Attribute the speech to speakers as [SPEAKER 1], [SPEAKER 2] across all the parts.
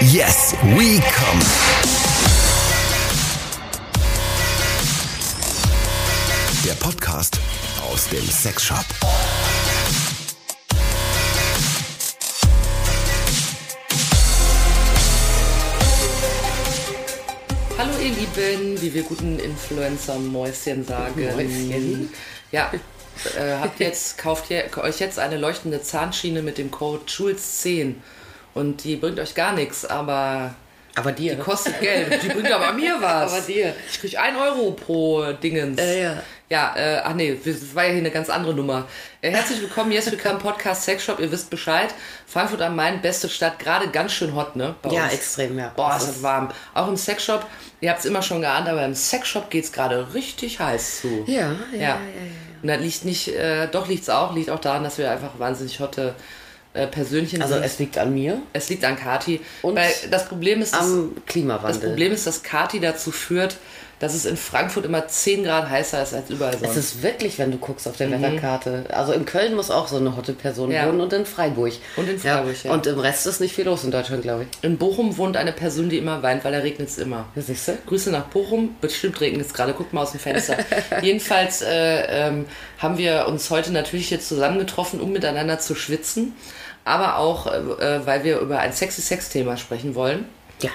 [SPEAKER 1] Yes, we come. Der Podcast aus dem Sexshop.
[SPEAKER 2] Hallo ihr Lieben, wie wir guten Influencer-Mäuschen sagen.
[SPEAKER 3] Mäuschen?
[SPEAKER 2] Ja, äh, habt jetzt, kauft ihr euch jetzt eine leuchtende Zahnschiene mit dem Code Schulz10 und die bringt euch gar nichts, aber
[SPEAKER 3] Aber dir.
[SPEAKER 2] die kostet Geld. Die bringt aber mir was.
[SPEAKER 3] Aber dir.
[SPEAKER 2] Ich krieg 1 Euro pro Dingens.
[SPEAKER 3] Äh, ja.
[SPEAKER 2] Ja, äh, ach nee, das war ja hier eine ganz andere Nummer. Äh, herzlich willkommen, Yes Willkommen Podcast Sexshop, ihr wisst Bescheid. Frankfurt am Main, beste Stadt, gerade ganz schön hot, ne? Bei
[SPEAKER 3] Ja,
[SPEAKER 2] uns.
[SPEAKER 3] extrem, ja.
[SPEAKER 2] Boah,
[SPEAKER 3] Das
[SPEAKER 2] es ist
[SPEAKER 3] ist-
[SPEAKER 2] warm. Auch im Sexshop, ihr habt es immer schon geahnt, aber im Sexshop geht es gerade richtig heiß zu.
[SPEAKER 3] Ja, ja, ja, ja, ja.
[SPEAKER 2] Und das liegt nicht, äh, doch liegt es auch, liegt auch daran, dass wir einfach wahnsinnig hotte äh, Persönchen
[SPEAKER 3] also
[SPEAKER 2] sind.
[SPEAKER 3] es liegt an mir,
[SPEAKER 2] Es liegt an Kati.
[SPEAKER 3] Und
[SPEAKER 2] weil das Problem ist, dass,
[SPEAKER 3] am
[SPEAKER 2] das
[SPEAKER 3] Klimawandel.
[SPEAKER 2] Problem ist, dass Kati dazu führt, dass es in Frankfurt immer 10 Grad heißer ist als überall sonst.
[SPEAKER 3] es ist wirklich, wenn du guckst auf der Wetterkarte. Also in Köln muss auch so eine hotte Person
[SPEAKER 2] Mhm. Ja.
[SPEAKER 3] wohnen und in Freiburg.
[SPEAKER 2] Und in Freiburg, ja.
[SPEAKER 3] Und im Rest ist nicht viel los in Deutschland, glaube ich.
[SPEAKER 2] in Bochum wohnt eine Person, die immer weint, weil da regnet es immer.
[SPEAKER 3] Ja, siehst du?
[SPEAKER 2] Grüße nach Bochum. Bestimmt regnet es gerade. Guckt mal aus dem Fenster. Jedenfalls äh, ähm, haben wir uns heute natürlich hier zusammengetroffen, um miteinander zu schwitzen. Aber auch, äh, weil wir über ein sexy Sex-Thema sprechen wollen,
[SPEAKER 3] Ja.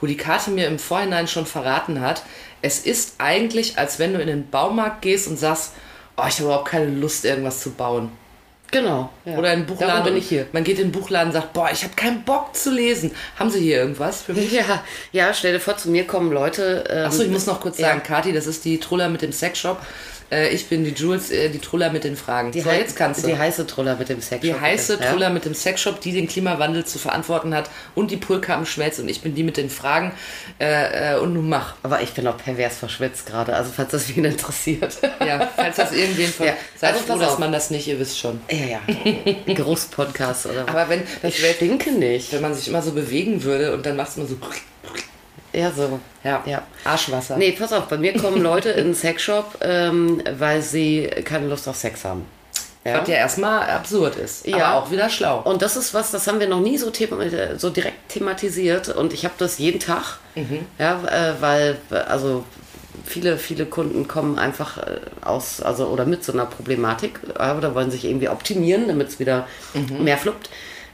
[SPEAKER 2] wo die Karte mir im Vorhinein schon verraten hat. Es ist eigentlich, als wenn du in den Baumarkt gehst und sagst, oh, ich habe überhaupt keine Lust, irgendwas zu bauen.
[SPEAKER 3] Genau. Ja.
[SPEAKER 2] Oder in den Buchladen.
[SPEAKER 3] Darum bin
[SPEAKER 2] und
[SPEAKER 3] ich hier.
[SPEAKER 2] Man geht in den Buchladen und sagt, boah, ich habe keinen Bock zu lesen. Haben Sie hier irgendwas für mich?
[SPEAKER 3] Ja, ja, stell dir vor, zu mir kommen Leute. Ähm,
[SPEAKER 2] Achso, ich muss noch kurz sagen, Kati, das ist die Troller mit dem Sexshop. Äh, ich bin die Jules, äh, die Troller mit den Fragen.
[SPEAKER 3] die
[SPEAKER 2] so,
[SPEAKER 3] hei-
[SPEAKER 2] jetzt kannst du.
[SPEAKER 3] Die heiße Troller mit dem Sex.
[SPEAKER 2] Die heiße Troller mit dem Sexshop, die den Klimawandel zu verantworten hat und die Pulkappen schmelzt und ich bin die mit den Fragen äh, äh, und nun mach.
[SPEAKER 3] Aber ich bin auch pervers verschwitzt gerade, also falls das wen interessiert.
[SPEAKER 2] Ja, falls das irgendwen von...
[SPEAKER 3] Ja,
[SPEAKER 2] Seid
[SPEAKER 3] also
[SPEAKER 2] froh,
[SPEAKER 3] pass
[SPEAKER 2] dass
[SPEAKER 3] auf.
[SPEAKER 2] man das nicht, ihr wisst schon.
[SPEAKER 3] Ja, ja. Geruchspodcast oder was.
[SPEAKER 2] Aber wenn,
[SPEAKER 3] ich
[SPEAKER 2] ich, wenn
[SPEAKER 3] stinke nicht.
[SPEAKER 2] man sich immer so bewegen würde und dann machst du immer so...
[SPEAKER 3] Ja, so.
[SPEAKER 2] Ja,
[SPEAKER 3] Ja.
[SPEAKER 2] Arschwasser.
[SPEAKER 3] Nee, pass auf, bei mir kommen Leute in den Sexshop, ähm, weil sie keine Lust auf Sex haben. Ja?
[SPEAKER 2] Was ja erstmal absurd ist,
[SPEAKER 3] Ja.
[SPEAKER 2] aber auch wieder schlau.
[SPEAKER 3] Und das ist was, das haben wir noch nie so, thema äh, so direkt thematisiert und ich habe das jeden Tag, ja, äh, weil äh, also viele, viele Kunden kommen einfach äh, aus, also oder mit so einer Problematik äh, oder wollen sich irgendwie optimieren, damit es wieder mehr fluppt.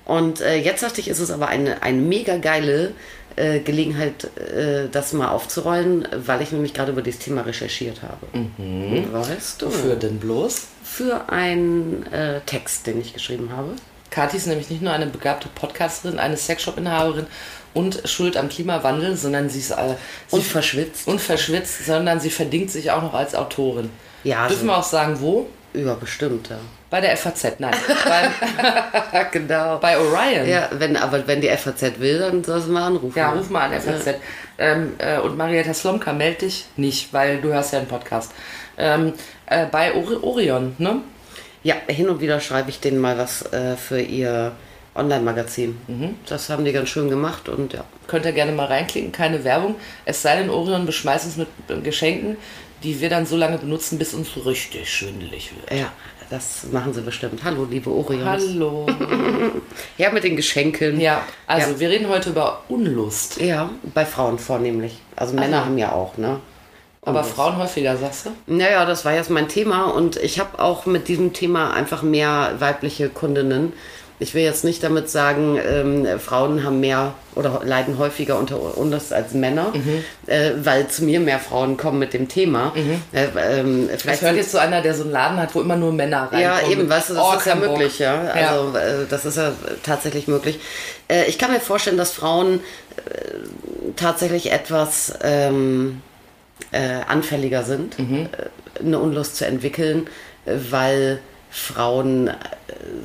[SPEAKER 3] Und äh, jetzt dachte ich, ist es aber eine, eine mega geile äh, Gelegenheit, äh, das mal aufzurollen, weil ich nämlich gerade über dieses Thema recherchiert habe. Weißt du?
[SPEAKER 2] Wofür denn bloß?
[SPEAKER 3] Für einen äh, Text, den ich geschrieben habe.
[SPEAKER 2] Kathi ist nämlich nicht nur eine begabte Podcasterin, eine Sexshop-Inhaberin und schuld am Klimawandel, sondern sie ist äh, sie
[SPEAKER 3] Und verschwitzt.
[SPEAKER 2] und verschwitzt, sondern sie verdingt sich auch noch als Autorin.
[SPEAKER 3] Ja, also
[SPEAKER 2] Dürfen
[SPEAKER 3] so.
[SPEAKER 2] wir auch sagen, wo?
[SPEAKER 3] Ja, bestimmt, ja.
[SPEAKER 2] Bei der FAZ, nein. bei,
[SPEAKER 3] genau.
[SPEAKER 2] bei Orion.
[SPEAKER 3] Ja, wenn, aber wenn die FAZ will, dann soll sie mal anrufen.
[SPEAKER 2] Ja, ruf mal an, FAZ. Ähm, äh, und Marietta Slomka, meld dich nicht, weil du hörst ja einen Podcast. Ähm, äh, bei Ori Orion, ne?
[SPEAKER 3] Ja, hin und wieder schreibe ich denen mal was äh, für ihr Online-Magazin.
[SPEAKER 2] Mhm.
[SPEAKER 3] Das haben die ganz schön gemacht und ja.
[SPEAKER 2] Könnt ihr gerne mal reinklicken, keine Werbung. Es sei denn, Orion beschmeißt uns mit äh, Geschenken, die wir dann so lange benutzen, bis uns richtig schwindelig wird.
[SPEAKER 3] Ja, das machen sie bestimmt. Hallo, liebe Orions.
[SPEAKER 2] Hallo.
[SPEAKER 3] Ja, mit den Geschenken.
[SPEAKER 2] Ja, also
[SPEAKER 3] Ja.
[SPEAKER 2] wir reden heute über Unlust.
[SPEAKER 3] Ja, bei Frauen vornehmlich. Also Männer haben ja auch, ne?
[SPEAKER 2] Aber
[SPEAKER 3] Unlust.
[SPEAKER 2] Frauen häufiger, sagst du?
[SPEAKER 3] Naja, das war jetzt mein Thema und ich habe auch mit diesem Thema einfach mehr weibliche Kundinnen. Ich will jetzt nicht damit sagen, ähm, Frauen haben mehr oder leiden häufiger unter Unlust als Männer, äh, weil zu mir mehr Frauen kommen mit dem Thema. Äh, ähm,
[SPEAKER 2] Ich
[SPEAKER 3] vielleicht
[SPEAKER 2] höre jetzt so einer, der so einen Laden hat, wo immer nur Männer reinkommen.
[SPEAKER 3] ja, eben, weißt du, das
[SPEAKER 2] Oh,
[SPEAKER 3] ist ja
[SPEAKER 2] kein Bock.
[SPEAKER 3] möglich, ja. Also Äh, das ist ja tatsächlich möglich. Äh, ich kann mir vorstellen, dass Frauen äh, tatsächlich etwas ähm, äh, anfälliger sind, äh, eine Unlust zu entwickeln, äh, weil Frauen äh,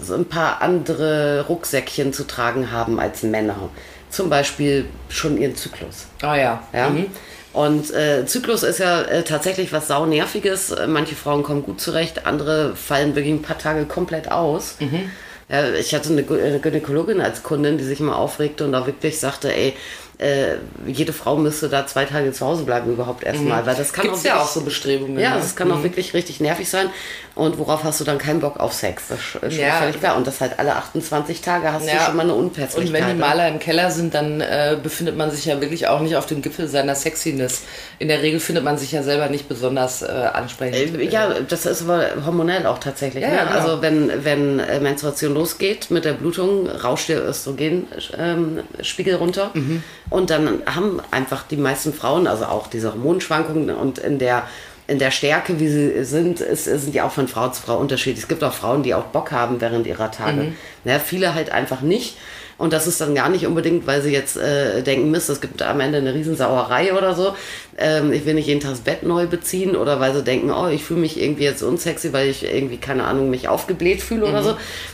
[SPEAKER 3] so ein paar andere Rucksäckchen zu tragen haben als Männer. Zum Beispiel schon ihren Zyklus.
[SPEAKER 2] Oh ja.
[SPEAKER 3] Ja.
[SPEAKER 2] Mhm.
[SPEAKER 3] Und äh, Zyklus ist ja äh, tatsächlich was saunerviges. Äh, Manche Frauen kommen gut zurecht, andere fallen wirklich ein paar Tage komplett aus.
[SPEAKER 2] Mhm.
[SPEAKER 3] Ja, ich hatte eine, Gü- eine Gynäkologin als Kundin, die sich mal aufregte und da wirklich sagte, ey, äh, jede Frau müsste da zwei Tage zu Hause bleiben überhaupt erstmal, weil das kann
[SPEAKER 2] Gibt es
[SPEAKER 3] auch
[SPEAKER 2] Mhm. ja
[SPEAKER 3] wirklich-
[SPEAKER 2] auch so Bestrebungen.
[SPEAKER 3] ja,
[SPEAKER 2] ne?
[SPEAKER 3] das kann auch wirklich richtig nervig sein. Und worauf hast du dann keinen Bock auf Sex? Das ist schon
[SPEAKER 2] Ja.
[SPEAKER 3] völlig klar. Und das halt alle 28 Tage hast du
[SPEAKER 2] Ja.
[SPEAKER 3] schon mal eine
[SPEAKER 2] Und
[SPEAKER 3] Unpässlichkeit.
[SPEAKER 2] wenn die Maler im Keller sind, dann äh, befindet man sich ja wirklich auch nicht auf dem Gipfel seiner Sexiness. In der Regel findet man sich ja selber nicht besonders äh, ansprechend.
[SPEAKER 3] Äh, Ja, das ist aber hormonell auch tatsächlich.
[SPEAKER 2] Ja,
[SPEAKER 3] ne?
[SPEAKER 2] ja, genau.
[SPEAKER 3] Also wenn, wenn äh, Menstruation losgeht mit der Blutung, rauscht der Östrogenspiegel ähm, Spiegel runter.
[SPEAKER 2] Mhm.
[SPEAKER 3] Und dann haben einfach die meisten Frauen, also auch diese Hormonschwankungen und in der in der Stärke, wie sie sind, ist, sind die auch von Frau zu Frau unterschiedlich. Es gibt auch Frauen, die auch Bock haben während ihrer Tage.
[SPEAKER 2] Mhm.
[SPEAKER 3] Ne, viele halt einfach nicht. Und das ist dann gar nicht unbedingt, weil sie jetzt äh, denken, Mist, es gibt am Ende eine Riesensauerei oder so. Ähm, ich will nicht jeden Tag das Bett neu beziehen oder weil sie denken, oh, ich fühle mich irgendwie jetzt unsexy, weil ich irgendwie, keine Ahnung, mich aufgebläht fühle
[SPEAKER 2] Mhm.
[SPEAKER 3] oder so.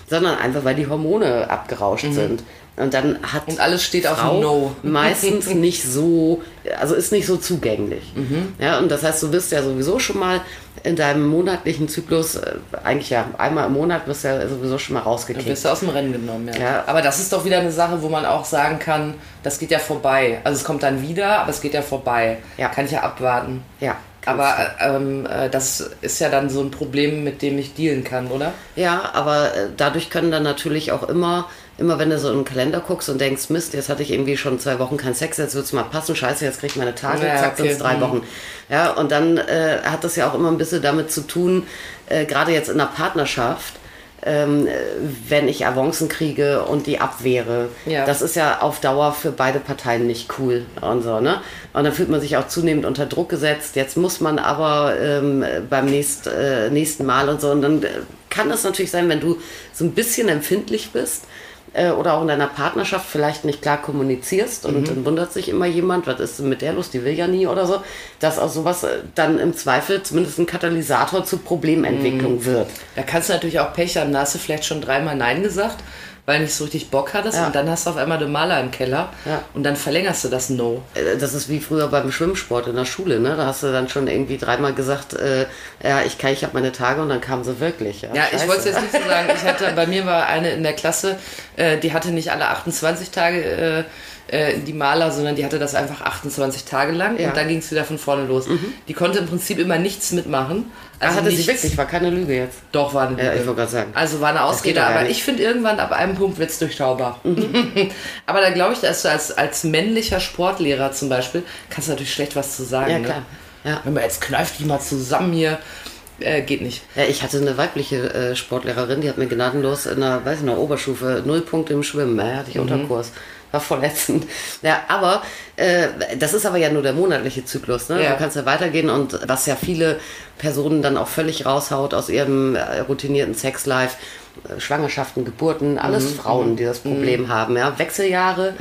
[SPEAKER 3] Sondern einfach, weil die Hormone abgerauscht sind. Und dann hat
[SPEAKER 2] Und alles steht auf
[SPEAKER 3] Frau
[SPEAKER 2] No.
[SPEAKER 3] meistens nicht so, also ist nicht so zugänglich.
[SPEAKER 2] Mhm.
[SPEAKER 3] Ja, und das heißt, du bist ja sowieso schon mal in deinem monatlichen Zyklus, äh, eigentlich ja einmal im Monat bist du ja sowieso schon mal
[SPEAKER 2] Du
[SPEAKER 3] rausgekickt.
[SPEAKER 2] bist du aus dem Rennen genommen, ja.
[SPEAKER 3] Ja.
[SPEAKER 2] Aber das ist doch wieder eine Sache, wo man auch sagen kann, das geht ja vorbei. Also es kommt dann wieder, aber es geht ja vorbei.
[SPEAKER 3] Ja.
[SPEAKER 2] Kann ich ja abwarten.
[SPEAKER 3] Ja.
[SPEAKER 2] Aber äh, ähm, äh, das ist ja dann so ein Problem, mit dem ich dealen kann, oder?
[SPEAKER 3] Ja, aber äh, dadurch können dann natürlich auch immer, immer wenn du so in den Kalender guckst und denkst, Mist, jetzt hatte ich irgendwie schon zwei Wochen keinen Sex, jetzt wird's mal passen, scheiße, jetzt krieg ich meine Tage,
[SPEAKER 2] Ja,
[SPEAKER 3] zack,
[SPEAKER 2] okay,
[SPEAKER 3] sind's drei
[SPEAKER 2] mhm.
[SPEAKER 3] Wochen. Ja, und dann äh, hat das ja auch immer ein bisschen damit zu tun, äh, gerade jetzt in der Partnerschaft, ähm, äh, wenn ich Avancen kriege und die abwehre,
[SPEAKER 2] Ja.
[SPEAKER 3] das ist ja auf Dauer für beide Parteien nicht cool und so, ne? Und dann fühlt man sich auch zunehmend unter Druck gesetzt. Jetzt muss man aber ähm, beim nächst, äh, nächsten Mal und so. Und dann äh, kann es natürlich sein, wenn du so ein bisschen empfindlich bist äh, oder auch in deiner Partnerschaft vielleicht nicht klar kommunizierst und dann wundert sich immer jemand, was ist denn mit der los, die will ja nie oder so, dass auch sowas äh, dann im Zweifel zumindest ein Katalysator zu Problementwicklung wird.
[SPEAKER 2] Da kannst du natürlich auch Pech haben. Da hast du vielleicht schon dreimal Nein gesagt, weil nicht so richtig Bock hattest.
[SPEAKER 3] Ja.
[SPEAKER 2] Und dann hast du auf einmal den Maler im Keller.
[SPEAKER 3] Ja.
[SPEAKER 2] Und dann verlängerst du das No.
[SPEAKER 3] Äh, Das ist wie früher beim Schwimmsport in der Schule, ne? Da hast du dann schon irgendwie dreimal gesagt, äh, ja, ich kann, ich habe meine Tage und dann kamen sie wirklich.
[SPEAKER 2] Ja,
[SPEAKER 3] scheiße.
[SPEAKER 2] ich wollte es jetzt nicht so sagen. Ich hatte, bei mir war eine in der Klasse, äh, die hatte nicht alle 28 Tage äh, äh, die Maler, sondern die hatte das einfach 28 Tage lang
[SPEAKER 3] Ja. Mhm.
[SPEAKER 2] und dann ging es wieder von vorne los. Die konnte im Prinzip immer nichts mitmachen. Also
[SPEAKER 3] Ah, hatte sie
[SPEAKER 2] nichts.
[SPEAKER 3] wirklich, war keine Lüge jetzt.
[SPEAKER 2] Doch, war eine
[SPEAKER 3] Ja, ich
[SPEAKER 2] Lüge.
[SPEAKER 3] wollte gerade sagen.
[SPEAKER 2] Also war eine
[SPEAKER 3] geht
[SPEAKER 2] Ausrede,
[SPEAKER 3] doch gar
[SPEAKER 2] aber
[SPEAKER 3] nicht. Mhm.
[SPEAKER 2] ich finde irgendwann ab einem Punkt wird's durchschaubar. aber da glaube ich, dass du als, als männlicher Sportlehrer zum Beispiel, kannst du natürlich schlecht was zu sagen.
[SPEAKER 3] Ja,
[SPEAKER 2] ne?
[SPEAKER 3] klar. Ja.
[SPEAKER 2] Wenn man jetzt kneift dich mal zusammen hier, äh, geht nicht.
[SPEAKER 3] Ja, ich hatte eine weibliche äh, Sportlehrerin, die hat mir gnadenlos in der, weiß ich noch, Oberstufe null Punkte im Schwimmen, ja, hatte ich Unterkurs. War verletzend. Ja, aber äh, das ist aber ja nur der monatliche Zyklus. Ne?
[SPEAKER 2] Ja.
[SPEAKER 3] Du kannst ja weitergehen und was ja viele Personen dann auch völlig raushaut aus ihrem äh, routinierten Sexlife, äh, Schwangerschaften, Geburten, alles Frauen, die das Problem haben. Ja? Wechseljahre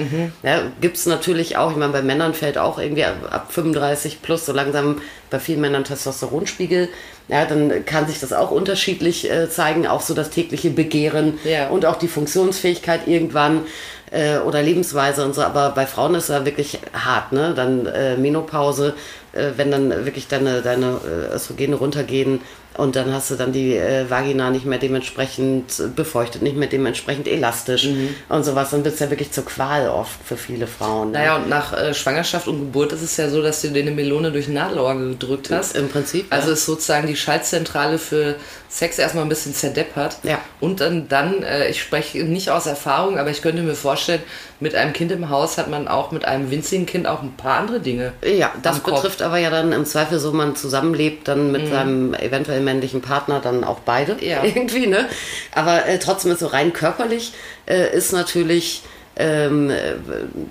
[SPEAKER 3] ja, gibt es natürlich auch. Ich meine, bei Männern fällt auch irgendwie ab, ab 35 plus so langsam bei vielen Männern Testosteronspiegel. Ja, dann kann sich das auch unterschiedlich äh, zeigen, auch so das tägliche Begehren
[SPEAKER 2] Ja.
[SPEAKER 3] und auch die Funktionsfähigkeit irgendwann äh, oder Lebensweise und so. Aber bei Frauen ist ja wirklich hart, ne? Dann äh, Menopause, äh, wenn dann wirklich deine, deine äh, Östrogene runtergehen und dann hast du dann die äh, Vagina nicht mehr dementsprechend befeuchtet, nicht mehr dementsprechend elastisch
[SPEAKER 2] Mhm.
[SPEAKER 3] und sowas. Dann wird es ja wirklich zur Qual oft für viele Frauen. ne?
[SPEAKER 2] Naja, und nach äh, Schwangerschaft und Geburt ist es ja so, dass du dir eine Melone durch ein Nadelohr gedrückt hast.
[SPEAKER 3] Im Prinzip, ja.
[SPEAKER 2] Also ist sozusagen die Schaltzentrale für Sex erstmal ein bisschen zerdeppert.
[SPEAKER 3] Ja.
[SPEAKER 2] Und dann, dann äh, ich spreche nicht aus Erfahrung, aber ich könnte mir vorstellen, mit einem Kind im Haus hat man auch mit einem winzigen Kind auch ein paar andere Dinge.
[SPEAKER 3] Ja, das
[SPEAKER 2] am Kopf. Mhm.
[SPEAKER 3] betrifft aber ja dann im Zweifel, so man zusammenlebt, dann mit seinem eventuell männlichen Partner, dann auch beide
[SPEAKER 2] Ja.
[SPEAKER 3] irgendwie, ne? Aber äh, trotzdem ist so rein körperlich äh, ist natürlich ähm, äh,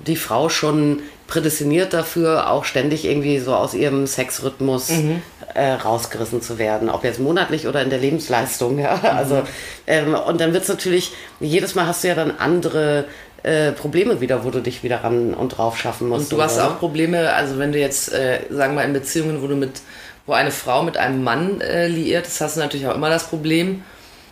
[SPEAKER 3] die Frau schon prädestiniert dafür, auch ständig irgendwie so aus ihrem Sexrhythmus
[SPEAKER 2] Mhm.
[SPEAKER 3] äh, rausgerissen zu werden, ob jetzt monatlich oder in der Lebensleistung, ja.
[SPEAKER 2] Mhm.
[SPEAKER 3] Also ähm, und dann wird's natürlich jedes Mal hast du ja dann andere äh, Probleme wieder, wo du dich wieder ran und drauf schaffen musst.
[SPEAKER 2] Und du hast
[SPEAKER 3] so, ne?
[SPEAKER 2] auch Probleme, also wenn du jetzt, äh, sagen wir mal, in Beziehungen, wo du mit, wo eine Frau mit einem Mann äh, liiert ist, hast du natürlich auch immer das Problem,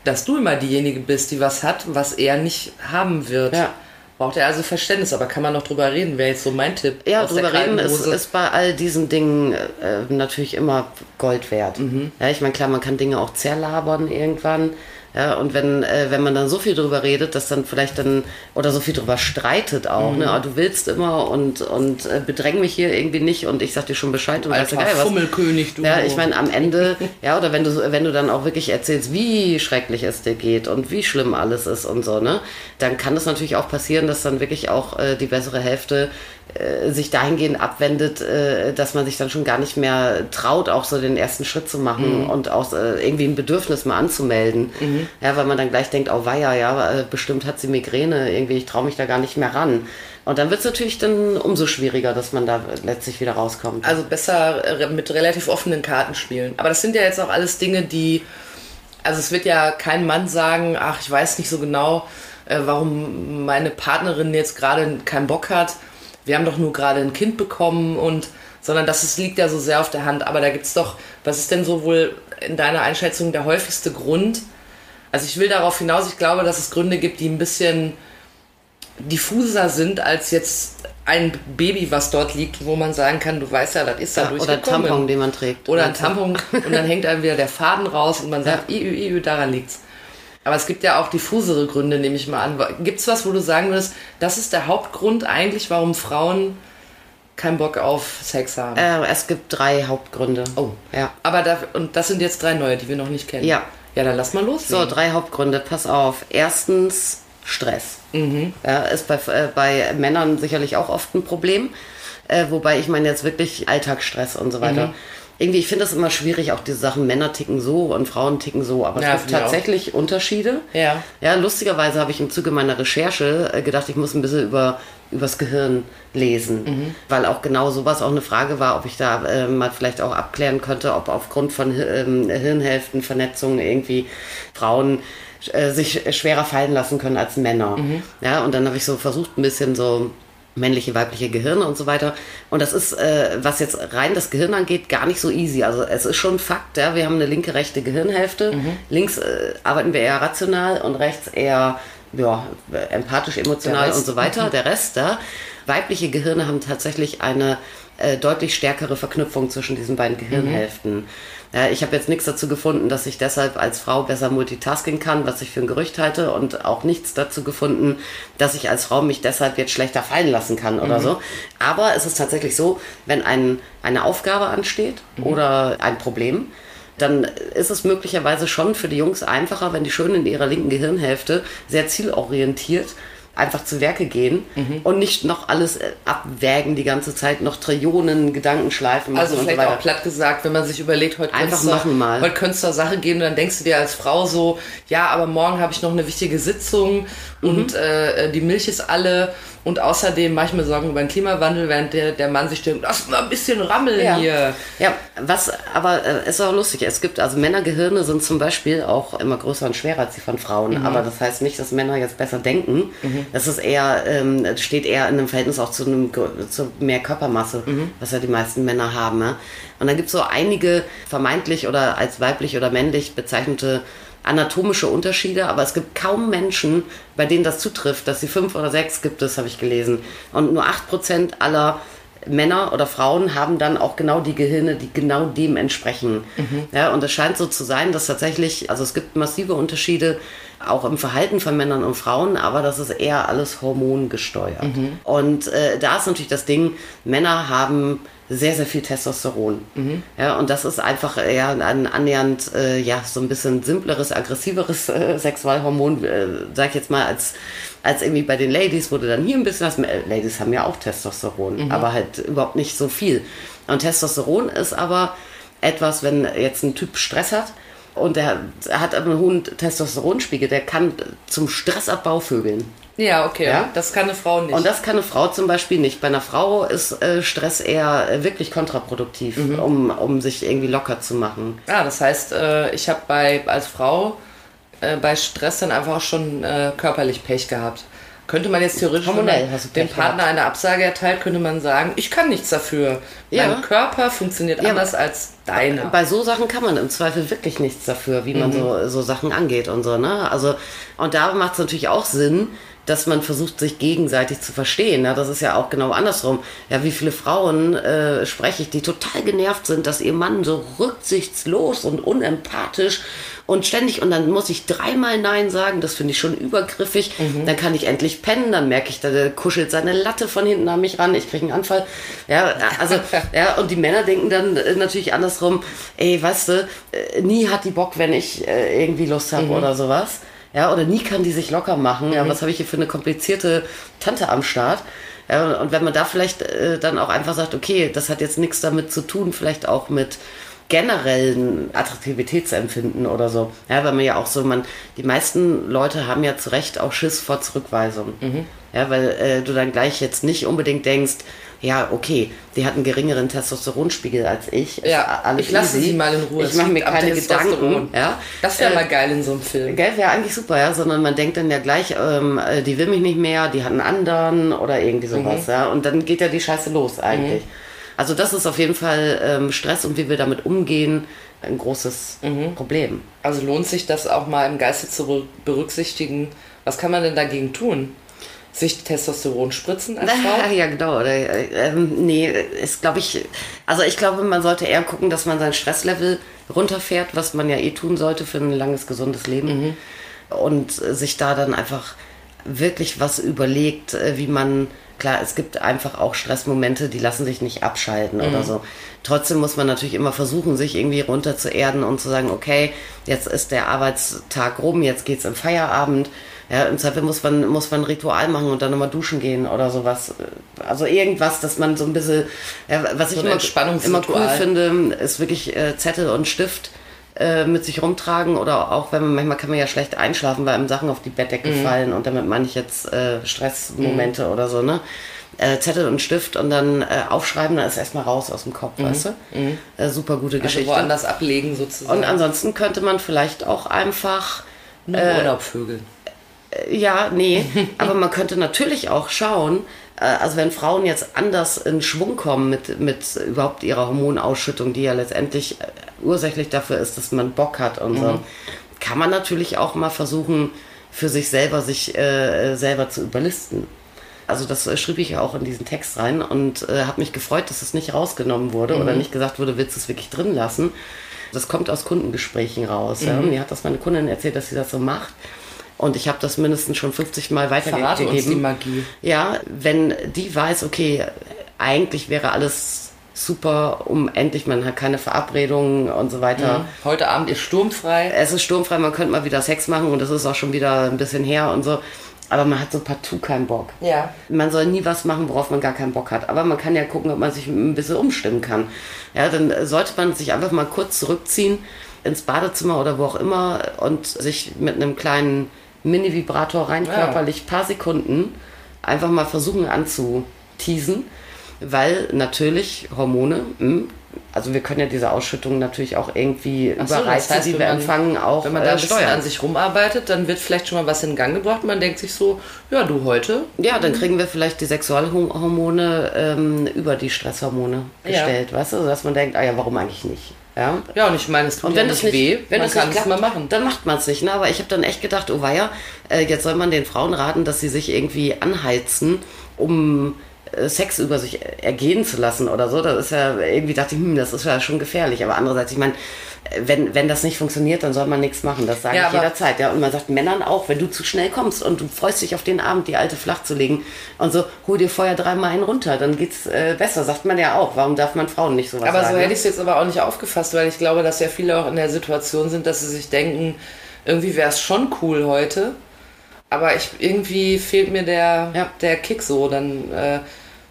[SPEAKER 2] dass du immer diejenige bist, die was hat, was er nicht haben wird.
[SPEAKER 3] Ja.
[SPEAKER 2] Braucht er also Verständnis, aber kann man noch drüber reden, wäre jetzt so mein Tipp.
[SPEAKER 3] Ja,
[SPEAKER 2] aus der
[SPEAKER 3] drüber reden
[SPEAKER 2] kalten
[SPEAKER 3] ist,
[SPEAKER 2] Hose.
[SPEAKER 3] ist bei all diesen Dingen äh,
[SPEAKER 2] Mhm.
[SPEAKER 3] natürlich immer Gold wert. Ja, ich meine, klar, man kann Dinge auch zerlabern irgendwann. Ja, und wenn, äh, wenn man dann so viel drüber redet, dass dann vielleicht dann, oder so viel drüber streitet auch,
[SPEAKER 2] Mhm.
[SPEAKER 3] ne? Ah, du willst immer und, und äh, bedräng mich hier irgendwie nicht und ich sag dir schon Bescheid und weißt du
[SPEAKER 2] Alter,
[SPEAKER 3] geil was.
[SPEAKER 2] Fummelkönig, du.
[SPEAKER 3] Ja, ich meine, am Ende, ja, oder wenn du, so- wenn du dann auch wirklich erzählst, wie schrecklich es dir geht und wie schlimm alles ist und so, ne, dann kann das natürlich auch passieren, dass dann wirklich auch äh, die bessere Hälfte äh, sich dahingehend abwendet, äh, dass man sich dann schon gar nicht mehr traut, auch so den ersten Schritt zu machen und auch äh, irgendwie ein Bedürfnis mal anzumelden. Ja, weil man dann gleich denkt, oh weia, ja, äh, bestimmt hat sie Migräne, irgendwie, ich traue mich da gar nicht mehr ran. Und dann wird es natürlich dann umso schwieriger, dass man da letztlich wieder rauskommt.
[SPEAKER 2] Also besser äh, mit relativ offenen Karten spielen. Aber das sind ja jetzt auch alles Dinge, die. Also es wird ja kein Mann sagen, ach, ich weiß nicht so genau, äh, warum meine Partnerin jetzt gerade keinen Bock hat. Wir haben doch nur gerade ein Kind bekommen und sondern das ist, liegt ja so sehr auf der Hand. Aber da gibt's doch, was ist denn so wohl in deiner Einschätzung der häufigste Grund? Also ich will darauf hinaus, ich glaube, dass es Gründe gibt, die ein bisschen diffuser sind als jetzt ein Baby, was dort liegt, wo man sagen kann, du weißt ja, das ist da
[SPEAKER 3] Ja, oder ein
[SPEAKER 2] durchgekommen.
[SPEAKER 3] Tampon, den man trägt.
[SPEAKER 2] Oder ein Tampon und dann hängt einem wieder der Faden raus und man sagt, iü, iü, daran liegt's. Aber es gibt ja auch diffusere Gründe, nehme ich mal an. Gibt's was, wo du sagen würdest, das ist der Hauptgrund eigentlich, warum Frauen keinen Bock auf Sex haben?
[SPEAKER 3] Äh, es gibt drei Hauptgründe.
[SPEAKER 2] oh,
[SPEAKER 3] ja.
[SPEAKER 2] Aber da, und das sind jetzt drei neue, die wir noch nicht kennen.
[SPEAKER 3] Ja.
[SPEAKER 2] Ja, dann lass mal los.
[SPEAKER 3] So, drei Hauptgründe. Pass auf. Erstens Stress.
[SPEAKER 2] Mhm.
[SPEAKER 3] Ja, ist bei, äh, bei Männern sicherlich auch oft ein Problem. Äh, wobei ich meine jetzt wirklich Alltagsstress und so
[SPEAKER 2] Mhm.
[SPEAKER 3] weiter. Irgendwie, ich finde das immer schwierig, auch diese Sachen, Männer ticken so und Frauen ticken so, aber
[SPEAKER 2] Ja,
[SPEAKER 3] es gibt
[SPEAKER 2] finde ich auch.
[SPEAKER 3] tatsächlich Unterschiede.
[SPEAKER 2] Ja.
[SPEAKER 3] Ja, lustigerweise habe ich im Zuge meiner Recherche äh, gedacht, ich muss ein bisschen über übers Gehirn lesen, weil auch genau sowas auch eine Frage war, ob ich da äh, mal vielleicht auch abklären könnte, ob aufgrund von Hi- ähm, Hirnhälftenvernetzungen irgendwie Frauen äh, sich schwerer fallen lassen können als Männer. Ja, und dann habe ich so versucht, ein bisschen so männliche, weibliche Gehirne und so weiter. Und das ist, äh, was jetzt rein das Gehirn angeht, gar nicht so easy. Also es ist schon Fakt, ja, wir haben eine linke, rechte Gehirnhälfte.
[SPEAKER 2] Mhm.
[SPEAKER 3] Links äh, arbeiten wir eher rational und rechts eher ja, empathisch,
[SPEAKER 2] Der
[SPEAKER 3] emotional
[SPEAKER 2] Rest.
[SPEAKER 3] und so weiter. Der Rest da. Weibliche Gehirne haben tatsächlich eine äh, deutlich stärkere Verknüpfung zwischen diesen beiden Gehirnhälften. Ja, ich habe jetzt nichts dazu gefunden, dass ich deshalb als Frau besser multitasking kann, was ich für ein Gerücht halte, und auch nichts dazu gefunden, dass ich als Frau mich deshalb jetzt schlechter fallen lassen kann oder so. Aber es ist tatsächlich so, wenn ein, eine Aufgabe ansteht oder ein Problem, dann ist es möglicherweise schon für die Jungs einfacher, wenn die schön in ihrer linken Gehirnhälfte sehr zielorientiert einfach zu Werke gehen
[SPEAKER 2] Mhm.
[SPEAKER 3] und nicht noch alles äh, abwägen die ganze Zeit, noch Trillionen Gedankenschleifen machen
[SPEAKER 2] Also
[SPEAKER 3] und so
[SPEAKER 2] vielleicht
[SPEAKER 3] weiter.
[SPEAKER 2] auch platt gesagt, wenn man sich überlegt, heute
[SPEAKER 3] Einfach
[SPEAKER 2] könnt's doch-
[SPEAKER 3] machen mal.
[SPEAKER 2] heute könnte es zur Sache gehen, dann denkst du dir als Frau so, ja, aber morgen habe ich noch eine wichtige Sitzung
[SPEAKER 3] Mhm.
[SPEAKER 2] und äh, die Milch ist alle und außerdem mache ich mir Sorgen über den Klimawandel, während der, der Mann sich denkt, lass mal ein bisschen rammeln hier.
[SPEAKER 3] Ja, was aber äh, ist auch lustig. Es gibt also Männergehirne sind zum Beispiel auch immer größer und schwerer als die von Frauen. Aber das heißt nicht, dass Männer jetzt besser denken. Das ist eher ähm, es steht eher in einem Verhältnis auch zu einem grö- zu mehr Körpermasse, was ja die meisten Männer haben. Ja? Und dann gibt's so einige vermeintlich oder als weiblich oder männlich bezeichnete anatomische Unterschiede, aber es gibt kaum Menschen, bei denen das zutrifft, dass sie fünf oder sechs gibt es, habe ich gelesen. Und nur acht Prozent aller Männer oder Frauen haben dann auch genau die Gehirne, die genau dem entsprechen. Ja, und es scheint so zu sein, dass tatsächlich, also es gibt massive Unterschiede auch im Verhalten von Männern und Frauen, aber das ist eher alles hormongesteuert. Und äh, da ist natürlich das Ding, Männer haben sehr, sehr viel Testosteron. Ja, und das ist einfach ja, ein annähernd äh, ja, so ein bisschen simpleres, aggressiveres äh, Sexualhormon, äh, sag ich jetzt mal, als, als irgendwie bei den Ladies wurde dann hier ein bisschen was. äh, Ladies haben ja auch Testosteron, aber halt überhaupt nicht so viel. Und Testosteron ist aber etwas, wenn jetzt ein Typ Stress hat und der hat aber einen hohen Testosteronspiegel, der kann zum Stressabbau vögeln.
[SPEAKER 2] Ja, okay,
[SPEAKER 3] Ja.
[SPEAKER 2] das kann eine Frau nicht.
[SPEAKER 3] Und das kann eine Frau zum Beispiel nicht. Bei einer Frau ist äh, Stress eher äh, wirklich kontraproduktiv, um, um sich irgendwie locker zu machen.
[SPEAKER 2] ja, das heißt, äh, ich habe bei als Frau äh, bei Stress dann einfach auch schon äh, körperlich Pech gehabt. Könnte man jetzt theoretisch, wenn
[SPEAKER 3] Hormonell
[SPEAKER 2] man
[SPEAKER 3] hast du
[SPEAKER 2] dem
[SPEAKER 3] Pech
[SPEAKER 2] Partner eine Absage erteilt, könnte man sagen, ich kann nichts dafür.
[SPEAKER 3] Ja.
[SPEAKER 2] Mein Körper funktioniert anders als deiner.
[SPEAKER 3] Bei so Sachen kann man im Zweifel wirklich nichts dafür, wie man so, so Sachen angeht und so, ne? Also, und da macht es natürlich auch Sinn, dass man versucht, sich gegenseitig zu verstehen. Ja, das ist ja auch genau andersrum. Ja, wie viele Frauen äh, spreche ich, die total genervt sind, dass ihr Mann so rücksichtslos und unempathisch und ständig und dann muss ich dreimal Nein sagen, das finde ich schon übergriffig. Dann kann ich endlich pennen, dann merke ich, da der kuschelt seine Latte von hinten an mich ran, ich kriege einen Anfall. Ja, also, ja, und die Männer denken dann äh, natürlich andersrum, ey, weißt du, äh, nie hat die Bock, wenn ich äh, irgendwie Lust habe oder sowas. Ja, oder nie kann die sich locker machen. Ja, was habe ich hier für eine komplizierte Tante am Start? Ja, und wenn man da vielleicht äh, dann auch einfach sagt, okay, das hat jetzt nichts damit zu tun, vielleicht auch mit generellen Attraktivitätsempfinden oder so. Ja, weil man ja auch so, man, die meisten Leute haben ja zu Recht auch Schiss vor Zurückweisung.
[SPEAKER 2] Mhm.
[SPEAKER 3] Ja, weil äh, du dann gleich jetzt nicht unbedingt denkst, ja, okay, die hat einen geringeren Testosteronspiegel als ich. ist
[SPEAKER 2] Ja,
[SPEAKER 3] a- alles
[SPEAKER 2] ich lasse
[SPEAKER 3] easy.
[SPEAKER 2] sie mal in Ruhe.
[SPEAKER 3] Ich
[SPEAKER 2] Es
[SPEAKER 3] mache mir
[SPEAKER 2] liegt am
[SPEAKER 3] keine
[SPEAKER 2] Testosteron.
[SPEAKER 3] Gedanken. Ja?
[SPEAKER 2] Das wäre
[SPEAKER 3] Äh,
[SPEAKER 2] mal geil in so einem Film.
[SPEAKER 3] Geld wäre eigentlich super, ja, sondern man denkt dann ja gleich, ähm, äh, die will mich nicht mehr, die hat einen anderen oder irgendwie sowas, ja. Und dann geht ja die Scheiße los eigentlich. Also das ist auf jeden Fall ähm, Stress und wie wir damit umgehen, ein großes Problem.
[SPEAKER 2] Also lohnt sich das auch mal im Geiste zu be- berücksichtigen. Was kann man denn dagegen tun? Sich Testosteron spritzen als
[SPEAKER 3] Ah,
[SPEAKER 2] Frau? Also
[SPEAKER 3] ja, genau. Oder, äh, ähm, nee, ist glaube ich, also ich glaube, man sollte eher gucken, dass man sein Stresslevel runterfährt, was man ja eh tun sollte für ein langes, gesundes Leben. Und äh, sich da dann einfach wirklich was überlegt, äh, wie man, klar, es gibt einfach auch Stressmomente, die lassen sich nicht abschalten oder
[SPEAKER 2] Mhm.
[SPEAKER 3] so. Trotzdem muss man natürlich immer versuchen, sich irgendwie runter zu erden und zu sagen, okay, jetzt ist der Arbeitstag rum, jetzt geht's im Feierabend. Ja, im Zweifel muss man, muss man ein Ritual machen und dann nochmal duschen gehen oder sowas. Also irgendwas, dass man so ein bisschen, ja, was ich
[SPEAKER 2] ein
[SPEAKER 3] immer, immer cool
[SPEAKER 2] Entspannungsritual.
[SPEAKER 3] finde, ist wirklich äh, Zettel und Stift äh, mit sich rumtragen oder auch wenn man manchmal kann man ja schlecht einschlafen, weil einem Sachen auf die Bettdecke
[SPEAKER 2] Mhm.
[SPEAKER 3] fallen und damit meine ich jetzt äh, Stressmomente oder so, ne? Äh, Zettel und Stift und dann äh, aufschreiben, dann ist erstmal raus aus dem Kopf, weißt du? Äh, super gute
[SPEAKER 2] Mhm. Also
[SPEAKER 3] Geschichte.
[SPEAKER 2] woanders ablegen sozusagen.
[SPEAKER 3] und ansonsten könnte man vielleicht auch einfach
[SPEAKER 2] Nur äh, Urlaub vögeln.
[SPEAKER 3] ja, nee, aber man könnte natürlich auch schauen, äh, also wenn Frauen jetzt anders in Schwung kommen mit, mit überhaupt ihrer Hormonausschüttung, die ja letztendlich äh, ursächlich dafür ist, dass man Bock hat und so, kann man natürlich auch mal versuchen, für sich selber sich äh, selber zu überlisten. Also das äh, schrieb ich ja auch in diesen Text rein und äh, habe mich gefreut, dass es nicht rausgenommen wurde
[SPEAKER 2] Mhm.
[SPEAKER 3] oder nicht gesagt wurde, willst du es wirklich drin lassen? Das kommt aus Kundengesprächen raus. Ja.
[SPEAKER 2] Mhm.
[SPEAKER 3] Mir hat das meine Kundin erzählt, dass sie das so macht. Und ich habe das mindestens schon 50 Mal
[SPEAKER 2] Verrate
[SPEAKER 3] weitergegeben.
[SPEAKER 2] uns die Magie.
[SPEAKER 3] Ja, wenn die weiß, okay, eigentlich wäre alles super, um endlich, man hat keine Verabredungen und so weiter.
[SPEAKER 2] Hm. Heute Abend ist sturmfrei.
[SPEAKER 3] Es ist sturmfrei, man könnte mal wieder Sex machen und das ist auch schon wieder ein bisschen her und so. Aber man hat so partout keinen Bock.
[SPEAKER 2] Ja.
[SPEAKER 3] Man soll nie was machen, worauf man gar keinen Bock hat. Aber man kann ja gucken, ob man sich ein bisschen umstimmen kann. Ja, dann äh, sollte man sich einfach mal kurz zurückziehen ins Badezimmer oder wo auch immer und sich mit einem kleinen Mini-Vibrator rein
[SPEAKER 2] Ja.
[SPEAKER 3] körperlich paar Sekunden einfach mal versuchen anzuteasen. Weil natürlich Hormone, hm, also wir können ja diese Ausschüttung natürlich auch irgendwie
[SPEAKER 2] Ach so,
[SPEAKER 3] über Reize, die
[SPEAKER 2] wenn
[SPEAKER 3] wir
[SPEAKER 2] man-
[SPEAKER 3] empfangen, auch
[SPEAKER 2] Wenn man da ein
[SPEAKER 3] äh,
[SPEAKER 2] bisschen
[SPEAKER 3] steuern.
[SPEAKER 2] an sich rumarbeitet, dann wird vielleicht schon mal was in Gang gebracht. Man denkt sich so, ja, du heute.
[SPEAKER 3] Ja, dann kriegen wir vielleicht die Sexualhormone ähm, über die Stresshormone
[SPEAKER 2] Ja.
[SPEAKER 3] gestellt, weißt du? Dass man denkt, ah ja, warum eigentlich nicht? Ja.
[SPEAKER 2] Ja, und ich meine, es tut
[SPEAKER 3] Und
[SPEAKER 2] ja
[SPEAKER 3] wenn das
[SPEAKER 2] nicht
[SPEAKER 3] nicht,
[SPEAKER 2] weh,
[SPEAKER 3] wenn
[SPEAKER 2] man
[SPEAKER 3] das
[SPEAKER 2] kann
[SPEAKER 3] nicht
[SPEAKER 2] es
[SPEAKER 3] klappt,
[SPEAKER 2] mal machen.
[SPEAKER 3] dann macht man es nicht. Ne? Aber ich habe dann echt gedacht, oh weia, äh, jetzt soll man den Frauen raten, dass sie sich irgendwie anheizen, um äh, Sex über sich ergehen zu lassen oder so. Das ist ja irgendwie dachte ich, hm, das ist ja schon gefährlich. Aber andererseits, ich meine, äh, wenn, wenn das nicht funktioniert, dann soll man nichts machen. Das sage
[SPEAKER 2] Ja,
[SPEAKER 3] ich
[SPEAKER 2] aber-
[SPEAKER 3] jederzeit. Ja, und man sagt Männern auch, wenn du zu schnell kommst und du freust dich auf den Abend, die alte flach zu legen und so, hol dir vorher dreimal einen runter, dann geht's äh, besser. Sagt man ja auch. Warum darf man Frauen nicht sowas
[SPEAKER 2] Aber
[SPEAKER 3] sagen?
[SPEAKER 2] so hätte
[SPEAKER 3] ne?
[SPEAKER 2] ich es jetzt aber auch nicht aufgefasst, weil ich glaube, dass ja viele auch in der Situation sind, dass sie sich denken, irgendwie wäre es schon cool heute, aber ich, irgendwie fehlt mir der,
[SPEAKER 3] Ja.
[SPEAKER 2] der Kick so. Dann, äh,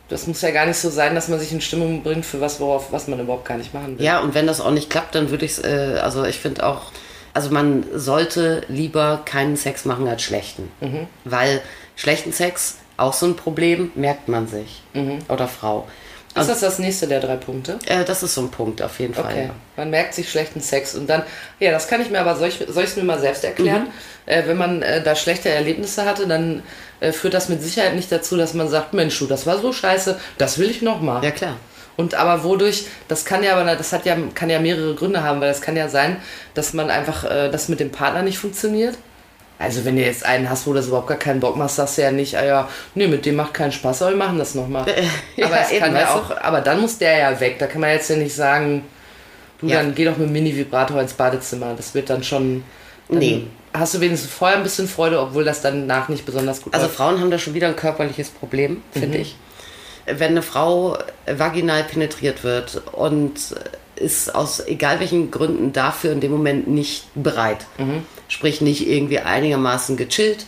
[SPEAKER 2] das muss ja gar nicht so sein, dass man sich in Stimmung bringt für was, worauf, was man überhaupt gar nicht machen will.
[SPEAKER 3] Ja, und wenn das auch nicht klappt, dann würde ich es, äh, also ich finde auch, also man sollte lieber keinen Sex machen als schlechten.
[SPEAKER 2] Mhm.
[SPEAKER 3] Weil schlechten Sex, auch so ein Problem, merkt man sich. Oder Frau.
[SPEAKER 2] Mhm.
[SPEAKER 3] Also,
[SPEAKER 2] Ist das das nächste der drei Punkte?
[SPEAKER 3] Äh, das ist so ein Punkt auf jeden Fall.
[SPEAKER 2] Okay.
[SPEAKER 3] Ja.
[SPEAKER 2] Man merkt sich schlechten Sex und dann, ja, das kann ich mir aber, soll ich es mir mal selbst erklären?
[SPEAKER 3] Mhm.
[SPEAKER 2] Äh, wenn man äh, da schlechte Erlebnisse hatte, dann äh, führt das mit Sicherheit nicht dazu, dass man sagt, Mensch, du, das war so scheiße, das will ich nochmal.
[SPEAKER 3] ja, klar.
[SPEAKER 2] Und aber wodurch, das kann ja aber, das hat ja, kann ja mehrere Gründe haben, weil das kann ja sein, dass man einfach äh, das mit dem Partner nicht funktioniert. Also wenn du jetzt einen hast, wo das überhaupt gar keinen Bock macht, sagst du ja nicht, ah ja, nee, mit dem macht keinen Spaß, aber wir machen das nochmal.
[SPEAKER 3] ja,
[SPEAKER 2] aber es
[SPEAKER 3] eben,
[SPEAKER 2] kann ja
[SPEAKER 3] weißt
[SPEAKER 2] auch, aber dann muss der ja weg. Da kann man jetzt ja nicht sagen, du,
[SPEAKER 3] Ja.
[SPEAKER 2] dann geh doch mit dem Mini-Vibrator ins Badezimmer. Das wird dann schon. Dann
[SPEAKER 3] Nee.
[SPEAKER 2] Hast du wenigstens vorher ein bisschen Freude, obwohl das dann nach nicht besonders gut
[SPEAKER 3] Also
[SPEAKER 2] läuft.
[SPEAKER 3] Frauen haben da schon wieder ein körperliches Problem,
[SPEAKER 2] Mhm.
[SPEAKER 3] finde ich. Wenn eine Frau vaginal penetriert wird und ist aus egal welchen Gründen dafür in dem Moment nicht bereit, sprich nicht irgendwie einigermaßen gechillt,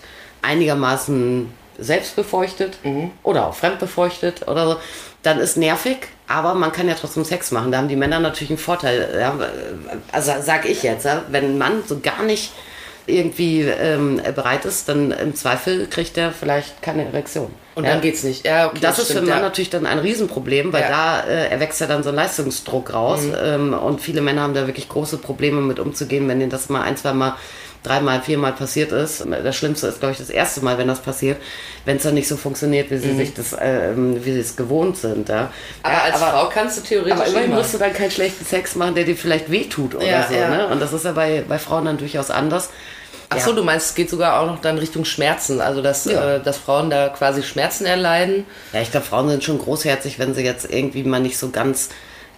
[SPEAKER 3] einigermaßen selbstbefeuchtet oder auch fremdbefeuchtet oder so, dann ist nervig, aber man kann ja trotzdem Sex machen. Da haben die Männer natürlich einen Vorteil. Ja, also sag ich jetzt, ja, wenn ein Mann so gar nicht irgendwie ähm, bereit ist, dann im Zweifel kriegt er vielleicht keine Erektion.
[SPEAKER 2] Und
[SPEAKER 3] ja.
[SPEAKER 2] dann geht's nicht. Ja, okay,
[SPEAKER 3] Das ist für
[SPEAKER 2] stimmt,
[SPEAKER 3] einen Mann
[SPEAKER 2] ja.
[SPEAKER 3] natürlich dann ein Riesenproblem, weil
[SPEAKER 2] Ja. Mhm.
[SPEAKER 3] da äh, erwächst ja dann so ein Leistungsdruck raus. Ähm, und viele Männer haben da wirklich große Probleme mit umzugehen, wenn denen das mal ein, zwei Mal, dreimal, viermal passiert ist. Das Schlimmste ist, glaube ich, das erste Mal, wenn das passiert, wenn es dann nicht so funktioniert, wie sie
[SPEAKER 2] Mhm.
[SPEAKER 3] sich das, äh, ähm, wie sie es gewohnt sind. Ja.
[SPEAKER 2] Aber
[SPEAKER 3] ja,
[SPEAKER 2] als Frau kannst du theoretisch
[SPEAKER 3] aber immerhin
[SPEAKER 2] immer.
[SPEAKER 3] musst du dann keinen schlechten Sex machen, der dir vielleicht wehtut oder
[SPEAKER 2] Ja,
[SPEAKER 3] so.
[SPEAKER 2] ja.
[SPEAKER 3] Ne? Und das ist ja bei, bei Frauen dann durchaus anders.
[SPEAKER 2] Ach
[SPEAKER 3] Ja.
[SPEAKER 2] so, du meinst, es geht sogar auch noch dann Richtung Schmerzen, also dass,
[SPEAKER 3] Ja.
[SPEAKER 2] äh, dass Frauen da quasi Schmerzen erleiden.
[SPEAKER 3] Ja, ich glaube, Frauen sind schon großherzig, wenn sie jetzt irgendwie mal nicht so ganz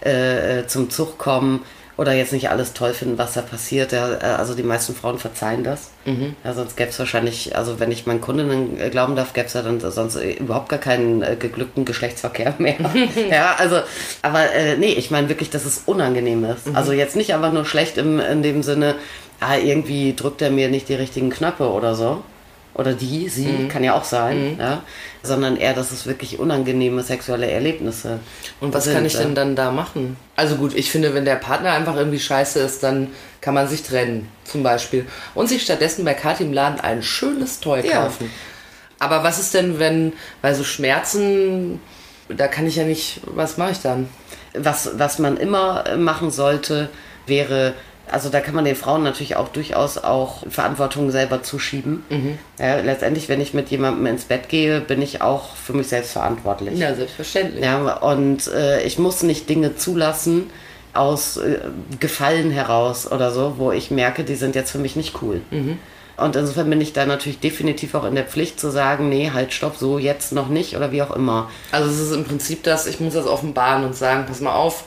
[SPEAKER 3] äh, äh, zum Zug kommen oder jetzt nicht alles toll finden, was da passiert. Ja, äh, also die meisten Frauen verzeihen das.
[SPEAKER 2] Mhm.
[SPEAKER 3] Ja, sonst gäbe es wahrscheinlich, also wenn ich meinen Kundinnen äh, glauben darf, gäbe es ja dann sonst äh, überhaupt gar keinen äh, geglückten Geschlechtsverkehr mehr. ja, also, aber äh, nee, ich meine wirklich, dass es unangenehm ist.
[SPEAKER 2] Mhm.
[SPEAKER 3] Also jetzt nicht einfach nur schlecht im, in dem Sinne, ah, irgendwie drückt er mir nicht die richtigen Knöpfe oder so oder die, sie,
[SPEAKER 2] Mhm.
[SPEAKER 3] kann ja auch sein, ja, sondern eher, dass es wirklich unangenehme sexuelle Erlebnisse.
[SPEAKER 2] Und was
[SPEAKER 3] sind,
[SPEAKER 2] kann ich
[SPEAKER 3] ja.
[SPEAKER 2] denn dann da machen? Also gut, ich finde, wenn der Partner einfach irgendwie scheiße ist, dann kann man sich trennen, zum Beispiel. Und sich stattdessen bei Kathi im Laden ein schönes Toy
[SPEAKER 3] Ja.
[SPEAKER 2] kaufen. Aber was ist denn, wenn, weil so Schmerzen, da kann ich ja nicht, was mache ich dann?
[SPEAKER 3] Was, was man immer äh, machen sollte, wäre, also da kann man den Frauen natürlich auch durchaus auch Verantwortung selber zuschieben. Ja, letztendlich, wenn ich mit jemandem ins Bett gehe, bin ich auch für mich selbst verantwortlich.
[SPEAKER 2] Ja, selbstverständlich.
[SPEAKER 3] Ja, und äh, ich muss nicht Dinge zulassen aus äh, Gefallen heraus oder so, wo ich merke, die sind jetzt für mich nicht cool. Und insofern bin ich da natürlich definitiv auch in der Pflicht zu sagen, nee, halt, stopp, so jetzt noch nicht oder wie auch immer.
[SPEAKER 2] Also es ist im Prinzip das, ich muss das offenbaren und sagen, pass mal auf,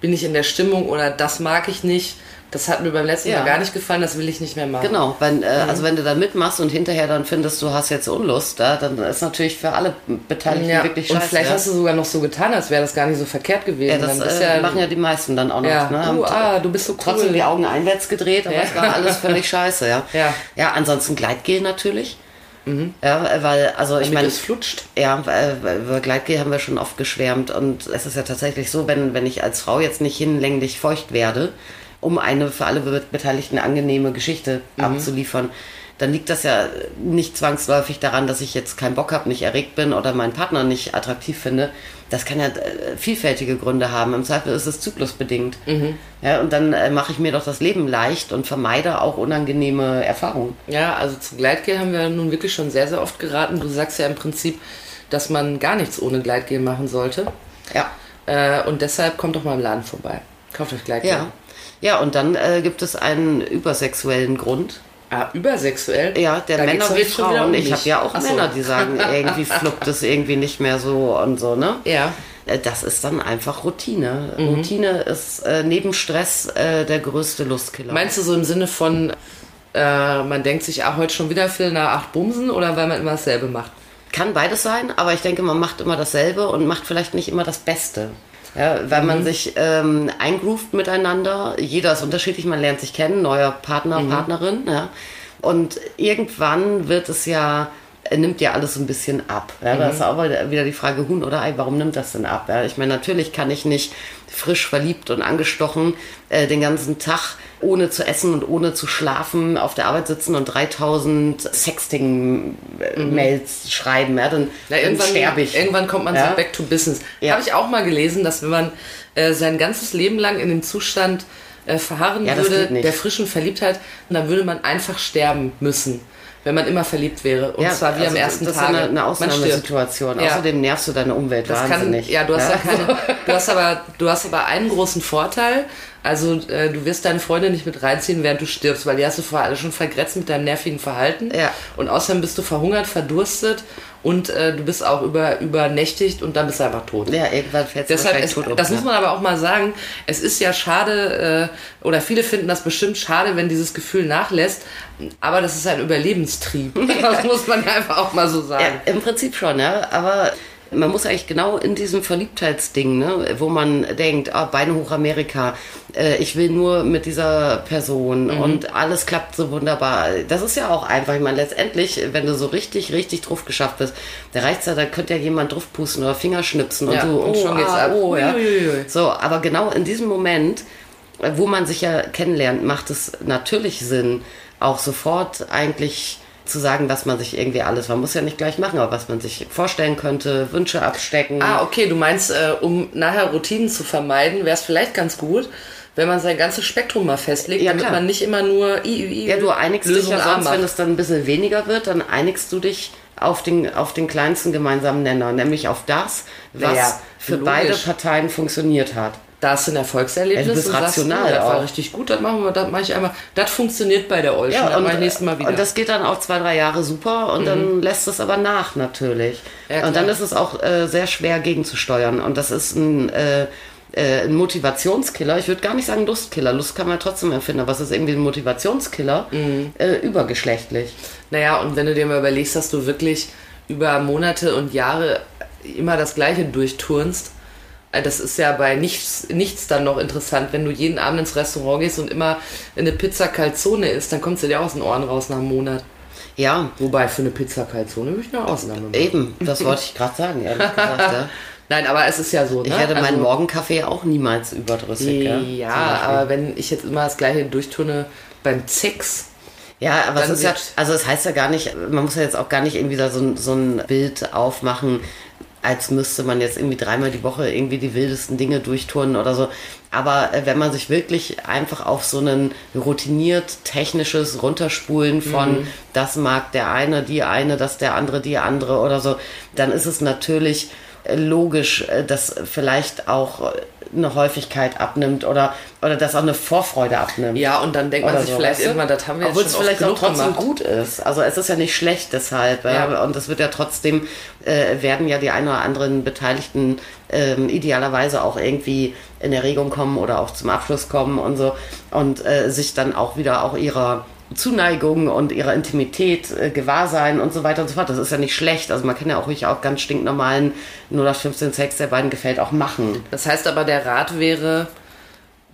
[SPEAKER 2] bin ich in der Stimmung oder das mag ich nicht, das hat mir beim letzten
[SPEAKER 3] Ja.
[SPEAKER 2] Mal gar nicht gefallen, das will ich nicht mehr machen.
[SPEAKER 3] Genau, wenn,
[SPEAKER 2] Mhm.
[SPEAKER 3] äh, also wenn du da mitmachst und hinterher dann findest, du hast jetzt Unlust, da, dann ist natürlich für alle Beteiligten
[SPEAKER 2] Ja,
[SPEAKER 3] wirklich
[SPEAKER 2] und
[SPEAKER 3] scheiße.
[SPEAKER 2] vielleicht hast du sogar noch so getan, als wäre das gar nicht so verkehrt gewesen.
[SPEAKER 3] ja, das
[SPEAKER 2] Dann bist
[SPEAKER 3] äh,
[SPEAKER 2] ja-
[SPEAKER 3] machen ja die meisten dann auch noch.
[SPEAKER 2] Ja.
[SPEAKER 3] Ne?
[SPEAKER 2] Oh,
[SPEAKER 3] Haben-
[SPEAKER 2] ah, du bist so
[SPEAKER 3] trotzdem
[SPEAKER 2] cool.
[SPEAKER 3] die Augen einwärts gedreht, aber
[SPEAKER 2] Ja.
[SPEAKER 3] es war alles völlig scheiße, ja.
[SPEAKER 2] Ja. Mhm.
[SPEAKER 3] Ja, ansonsten Gleitgel natürlich. Ja, äh, weil, also ich
[SPEAKER 2] Damit
[SPEAKER 3] meine.
[SPEAKER 2] es flutscht.
[SPEAKER 3] Ja, weil- weil über Gleitgel haben wir schon oft geschwärmt und es ist ja tatsächlich so, wenn, wenn ich als Frau jetzt nicht hinlänglich feucht werde, um eine für alle Be- Beteiligten angenehme Geschichte abzuliefern, dann liegt das ja nicht zwangsläufig daran, dass ich jetzt keinen Bock habe, nicht erregt bin oder meinen Partner nicht attraktiv finde. Das kann ja äh, vielfältige Gründe haben. Im Zweifel ist es zyklusbedingt. Ja, und dann äh, mache ich mir doch das Leben leicht und vermeide auch unangenehme Erfahrungen.
[SPEAKER 2] Ja, also zu Gleitgel haben wir nun wirklich schon sehr, sehr oft geraten. Du sagst ja im Prinzip, dass man gar nichts ohne Gleitgel machen sollte.
[SPEAKER 3] Ja.
[SPEAKER 2] Äh, und deshalb kommt doch mal im Laden vorbei. Kauft euch Gleitgel.
[SPEAKER 3] Ja. Ja, und dann äh, gibt es einen übersexuellen Grund.
[SPEAKER 2] Ah, übersexuell?
[SPEAKER 3] Ja, der
[SPEAKER 2] Da geht's
[SPEAKER 3] Männer
[SPEAKER 2] doch
[SPEAKER 3] wie
[SPEAKER 2] jetzt schon wieder um
[SPEAKER 3] Frauen. Ich
[SPEAKER 2] mich.
[SPEAKER 3] habe ja auch
[SPEAKER 2] Ach so.
[SPEAKER 3] Männer, die sagen, irgendwie fluppt es irgendwie nicht mehr so und so, ne?
[SPEAKER 2] Ja.
[SPEAKER 3] Äh, Das ist dann einfach Routine.
[SPEAKER 2] Mhm.
[SPEAKER 3] Routine ist äh, neben Stress äh, der größte Lustkiller.
[SPEAKER 2] Meinst du so im Sinne von, äh, man denkt sich, ah, heute schon wieder Viertel nach acht Bumsen oder weil man immer dasselbe macht?
[SPEAKER 3] Kann beides sein, aber ich denke, man macht immer dasselbe und macht vielleicht nicht immer das Beste. Ja, weil man sich ähm, eingroovt miteinander, jeder ist unterschiedlich, man lernt sich kennen, neuer Partner, Partnerin. Ja. Und irgendwann wird es ja, äh, nimmt ja alles so ein bisschen ab. Ja. Da ist auch wieder wieder die Frage, Huhn oder Ei, warum nimmt das denn ab? Ja. Ich meine, natürlich kann ich nicht frisch verliebt und angestochen äh, den ganzen Tag ohne zu essen und ohne zu schlafen auf der Arbeit sitzen und 3000 Sexting-Mails äh, schreiben. Ja,
[SPEAKER 2] Na,
[SPEAKER 3] dann, dann
[SPEAKER 2] Mhm. irgendwann,
[SPEAKER 3] sterbe ich.
[SPEAKER 2] irgendwann kommt man
[SPEAKER 3] Ja.
[SPEAKER 2] so back to business.
[SPEAKER 3] Ja.
[SPEAKER 2] Habe ich auch mal gelesen, dass wenn man äh, sein ganzes Leben lang in dem Zustand äh, verharren
[SPEAKER 3] Ja, das
[SPEAKER 2] würde,
[SPEAKER 3] geht nicht.
[SPEAKER 2] der frischen Verliebtheit, dann würde man einfach sterben müssen, wenn man immer verliebt wäre. Und zwar wie am
[SPEAKER 3] also
[SPEAKER 2] ersten
[SPEAKER 3] das
[SPEAKER 2] Tag.
[SPEAKER 3] ist ja eine, eine Ausnahmesituation.
[SPEAKER 2] Ja.
[SPEAKER 3] Außerdem nervst du deine Umwelt
[SPEAKER 2] Das kann,
[SPEAKER 3] wahnsinnig. ne?
[SPEAKER 2] ja, du hast ja, keine, du hast aber, du hast aber einen großen Vorteil, Also äh, du wirst deine Freunde nicht mit reinziehen, während du stirbst, weil die hast du vorher alle schon vergrätzt mit deinem nervigen Verhalten.
[SPEAKER 3] Ja.
[SPEAKER 2] Und außerdem bist du verhungert, verdurstet und äh, du bist auch über, übernächtigt und dann bist du einfach tot.
[SPEAKER 3] Ja, irgendwann fällt es
[SPEAKER 2] Deshalb, es,
[SPEAKER 3] tot um.
[SPEAKER 2] das
[SPEAKER 3] ja.
[SPEAKER 2] muss man aber auch mal sagen, es ist ja schade, äh, oder viele finden das bestimmt schade, wenn dieses Gefühl nachlässt, aber das ist ein Überlebenstrieb. Das muss man ja einfach auch mal so sagen.
[SPEAKER 3] Ja, im Prinzip schon, ja. Aber man muss eigentlich genau in diesem Verliebtheitsding, ne, wo man denkt, ah, Beine hoch Amerika, äh, ich will nur mit dieser Person und alles klappt so wunderbar. Das ist ja auch einfach. Ich meine, letztendlich, wenn du so richtig, richtig drauf geschafft bist, da reicht's ja, da könnte ja jemand drauf pusten oder Finger schnipsen und
[SPEAKER 2] Ja,
[SPEAKER 3] so.
[SPEAKER 2] und schon geht's ab.
[SPEAKER 3] Oh, ja.
[SPEAKER 2] Uiuiui.
[SPEAKER 3] So, aber genau in diesem Moment, äh, wo man sich ja kennenlernt, macht es natürlich Sinn, auch sofort eigentlich zu sagen, was man sich irgendwie alles, man muss ja nicht gleich machen, aber was man sich vorstellen könnte, Wünsche abstecken.
[SPEAKER 2] Ah, okay, du meinst, äh, um nachher Routinen zu vermeiden, wäre es vielleicht ganz gut, wenn man sein ganzes Spektrum mal festlegt,
[SPEAKER 3] Ja,
[SPEAKER 2] damit
[SPEAKER 3] klar.
[SPEAKER 2] man nicht immer nur I, I, I,
[SPEAKER 3] ja, du einigst dich
[SPEAKER 2] Lösung
[SPEAKER 3] ja
[SPEAKER 2] A
[SPEAKER 3] sonst,
[SPEAKER 2] macht.
[SPEAKER 3] wenn es dann ein bisschen weniger wird, dann einigst du dich auf den, auf den kleinsten gemeinsamen Nenner, nämlich auf das, was
[SPEAKER 2] Naja,
[SPEAKER 3] für
[SPEAKER 2] logisch.
[SPEAKER 3] beide Parteien funktioniert hat.
[SPEAKER 2] Da ist ein Erfolgserlebnis.
[SPEAKER 3] Ja, du bist
[SPEAKER 2] und sagst,
[SPEAKER 3] rational
[SPEAKER 2] oh, Das war
[SPEAKER 3] auch.
[SPEAKER 2] richtig gut, das machen wir, das mache ich einmal. Das funktioniert bei der Olschen, das mache ich nächstes Mal wieder. Mhm.
[SPEAKER 3] Und das geht dann auch zwei, drei Jahre super und dann lässt es aber nach natürlich.
[SPEAKER 2] Ja, klar.
[SPEAKER 3] und dann ist es auch äh, sehr schwer gegenzusteuern und das ist ein, äh, äh, ein Motivationskiller. Ich würde gar nicht sagen Lustkiller. Lust kann man trotzdem empfinden, aber es ist irgendwie ein Motivationskiller
[SPEAKER 2] Mhm.
[SPEAKER 3] äh, übergeschlechtlich.
[SPEAKER 2] Naja, und wenn du dir mal überlegst, dass du wirklich über Monate und Jahre immer das Gleiche durchturnst, äh, das ist ja bei nichts, nichts dann noch interessant. Wenn du jeden Abend ins Restaurant gehst und immer eine Pizza Calzone isst, dann kommst du dir aus den Ohren raus nach einem Monat.
[SPEAKER 3] Ja,
[SPEAKER 2] Wobei, für eine Pizza Calzone würde ich eine Ausnahme machen.
[SPEAKER 3] eben. Das wollte ich gerade sagen, ehrlich gesagt. Ja.
[SPEAKER 2] Nein, aber es ist ja so. Ne?
[SPEAKER 3] Ich werde meinen
[SPEAKER 2] Also-
[SPEAKER 3] Morgenkaffee auch niemals überdrüssig. Ja, zum
[SPEAKER 2] Ja,
[SPEAKER 3] Beispiel.
[SPEAKER 2] aber wenn ich jetzt immer das Gleiche durchturne beim Sex,
[SPEAKER 3] Ja, aber es
[SPEAKER 2] Dann
[SPEAKER 3] ist ja,
[SPEAKER 2] wird-
[SPEAKER 3] also es heißt ja gar nicht, man muss ja jetzt auch gar nicht irgendwie da so, ein- so ein Bild aufmachen, als müsste man jetzt irgendwie dreimal die Woche irgendwie die wildesten Dinge durchturnen oder so. Aber äh, wenn man sich wirklich einfach auf so einen routiniert technisches Runterspulen von das mag der eine, die eine, das der andere, die andere oder so, dann ist es natürlich äh, logisch, äh, dass vielleicht auch äh, eine Häufigkeit abnimmt oder, oder dass auch eine Vorfreude abnimmt
[SPEAKER 2] ja, und dann denkt man
[SPEAKER 3] oder
[SPEAKER 2] sich
[SPEAKER 3] so,
[SPEAKER 2] vielleicht
[SPEAKER 3] weißt du?
[SPEAKER 2] irgendwann, das haben wir
[SPEAKER 3] Obwohl
[SPEAKER 2] jetzt
[SPEAKER 3] es
[SPEAKER 2] schon oft
[SPEAKER 3] vielleicht auch
[SPEAKER 2] genug
[SPEAKER 3] trotzdem
[SPEAKER 2] gemacht.
[SPEAKER 3] gut ist. Also es ist ja nicht schlecht deshalb. Ja.
[SPEAKER 2] Ja.
[SPEAKER 3] Und es wird ja trotzdem, äh, werden ja die ein oder anderen Beteiligten ähm, idealerweise auch irgendwie in Erregung kommen oder auch zum Abschluss kommen und so. Und äh, sich dann auch wieder auch ihrer Zuneigung und ihrer Intimität äh, gewahr sein und so weiter und so fort. Das ist ja nicht schlecht. Also man kann ja auch ruhig auch ganz stinknormalen 0815 Sex, der beiden gefällt, auch machen.
[SPEAKER 2] Das heißt aber, der Rat wäre,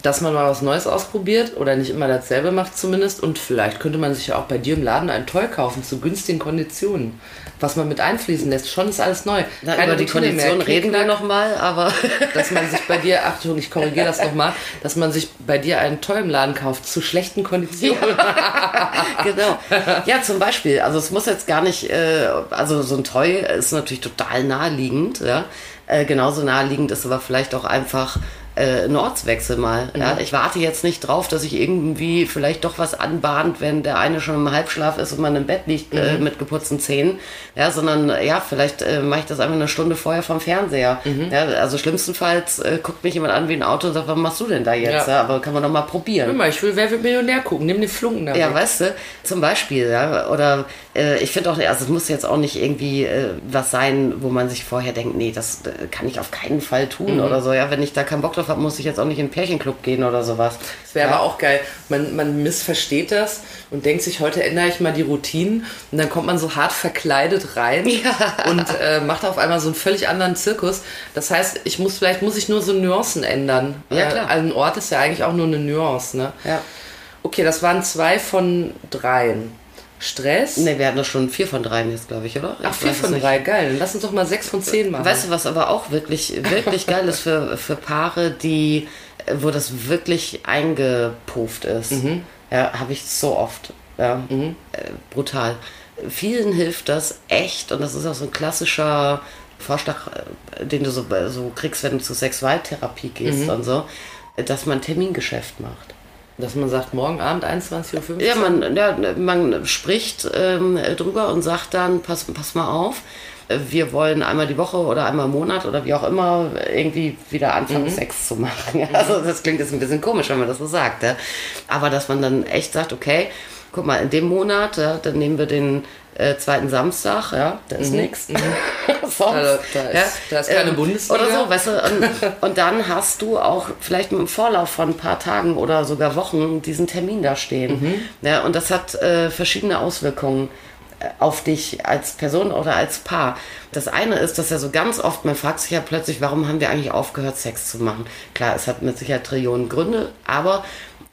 [SPEAKER 2] dass man mal was Neues ausprobiert oder nicht immer dasselbe macht zumindest. Und vielleicht könnte man sich ja auch bei dir im Laden ein Toy kaufen zu günstigen Konditionen. Was man mit einfließen lässt, schon ist alles neu.
[SPEAKER 3] Na,
[SPEAKER 2] Keine
[SPEAKER 3] über die
[SPEAKER 2] Routine mehr.
[SPEAKER 3] Kondition reden wir nochmal, aber
[SPEAKER 2] Dass man sich bei dir, Achtung, ich korrigiere das nochmal, dass man sich bei dir einen Toy im Laden kauft zu schlechten Konditionen.
[SPEAKER 3] genau. Ja, zum Beispiel, also es muss jetzt gar nicht, äh, also so ein Toy ist natürlich total naheliegend, ja. Äh, genauso naheliegend ist aber vielleicht auch einfach äh, ein Ortswechsel mal. Ja? Ich warte jetzt nicht drauf, dass ich irgendwie vielleicht doch was anbahnt, wenn der eine schon im Halbschlaf ist und man im Bett liegt äh, mit geputzten Zähnen. Ja, sondern äh, ja, vielleicht äh, mache ich das einfach eine Stunde vorher vom Fernseher. Ja, also schlimmstenfalls äh, guckt mich jemand an wie ein Auto und sagt, was machst du denn da jetzt?
[SPEAKER 2] Ja.
[SPEAKER 3] Ja. aber kann man doch mal probieren.
[SPEAKER 2] Hör mal, ich will Wer wird Millionär gucken, nimm den Flunken da.
[SPEAKER 3] Ja,
[SPEAKER 2] weg.
[SPEAKER 3] weißt du, zum Beispiel, ja, oder äh, ich finde auch, also es muss jetzt auch nicht irgendwie äh, was sein, wo man sich vorher denkt, nee, das äh, kann ich auf keinen Fall tun
[SPEAKER 2] Mhm.
[SPEAKER 3] oder so. Ja, wenn ich da keinen Bock drauf habe, muss ich jetzt auch nicht in einen Pärchenclub gehen oder sowas.
[SPEAKER 2] Das wäre aber auch geil. Man, man missversteht das und denkt sich, heute ändere ich mal die Routinen und dann kommt man so hart verkleidet rein und äh, macht auf einmal so einen völlig anderen Zirkus. Das heißt, ich muss, vielleicht muss ich nur so Nuancen ändern.
[SPEAKER 3] Ja, klar.
[SPEAKER 2] Äh, ein Ort ist ja eigentlich auch nur eine Nuance, ne?
[SPEAKER 3] Ja.
[SPEAKER 2] Okay, das waren zwei von dreien. Stress.
[SPEAKER 3] Ne, wir hatten doch schon vier von dreien jetzt, glaube ich, oder?
[SPEAKER 2] Ach,
[SPEAKER 3] Ich
[SPEAKER 2] vier
[SPEAKER 3] weiß es
[SPEAKER 2] von
[SPEAKER 3] nicht.
[SPEAKER 2] drei, geil. Dann lass uns doch mal sechs von zehn machen.
[SPEAKER 3] Weißt du, was aber auch wirklich, wirklich geil ist für, für Paare, die, äh, wo das wirklich eingepuft ist? Ja, habe ich so oft. Ja, äh, brutal. Vielen hilft das echt und das ist auch so ein klassischer Vorschlag, äh, den du so, so kriegst, wenn du zur Sexualtherapie gehst und so, äh, dass man Termingeschäft macht.
[SPEAKER 2] Dass man sagt, morgen Abend 21.15 Uhr.
[SPEAKER 3] Ja, man, ja, man spricht ähm, drüber und sagt dann, pass, pass mal auf, äh, wir wollen einmal die Woche oder einmal im Monat oder wie auch immer irgendwie wieder anfangen,
[SPEAKER 2] Mhm.
[SPEAKER 3] Sex zu machen. Also das klingt jetzt ein bisschen komisch, wenn man das so sagt. Ja? Aber dass man dann echt sagt, okay, guck mal, in dem Monat, ja, dann nehmen wir den äh, zweiten Samstag, ja, da ist nichts.
[SPEAKER 2] Mhm. Also, da ist- da ist keine Bundesliga.
[SPEAKER 3] Ähm, Oder so, weißt du, und, und dann hast du auch vielleicht mit dem Vorlauf von ein paar Tagen oder sogar Wochen diesen Termin da stehen.
[SPEAKER 2] Mhm.
[SPEAKER 3] Ja, und das hat äh, verschiedene Auswirkungen äh, auf dich als Person oder als Paar. Das eine ist, dass ja so ganz oft, man fragt sich ja plötzlich, warum haben wir eigentlich aufgehört, Sex zu machen? Klar, es hat mit Sicherheit Trillionen Gründe, aber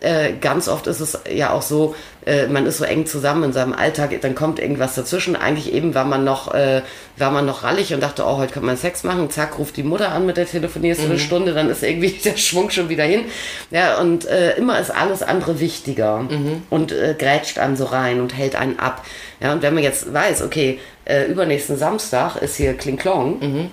[SPEAKER 3] äh, ganz oft ist es ja auch so, äh, man ist so eng zusammen in seinem Alltag, dann kommt irgendwas dazwischen. Eigentlich eben war man noch, äh, war man noch rallig und dachte, oh, heute kann man Sex machen. Zack, ruft die Mutter an, mit der telefonierst du eine Stunde, dann ist irgendwie der Schwung schon wieder hin. Ja, und äh, immer ist alles andere wichtiger und äh, grätscht einem so rein und hält einen ab. Ja, und wenn man jetzt weiß, okay, äh, übernächsten Samstag ist hier Klinklong,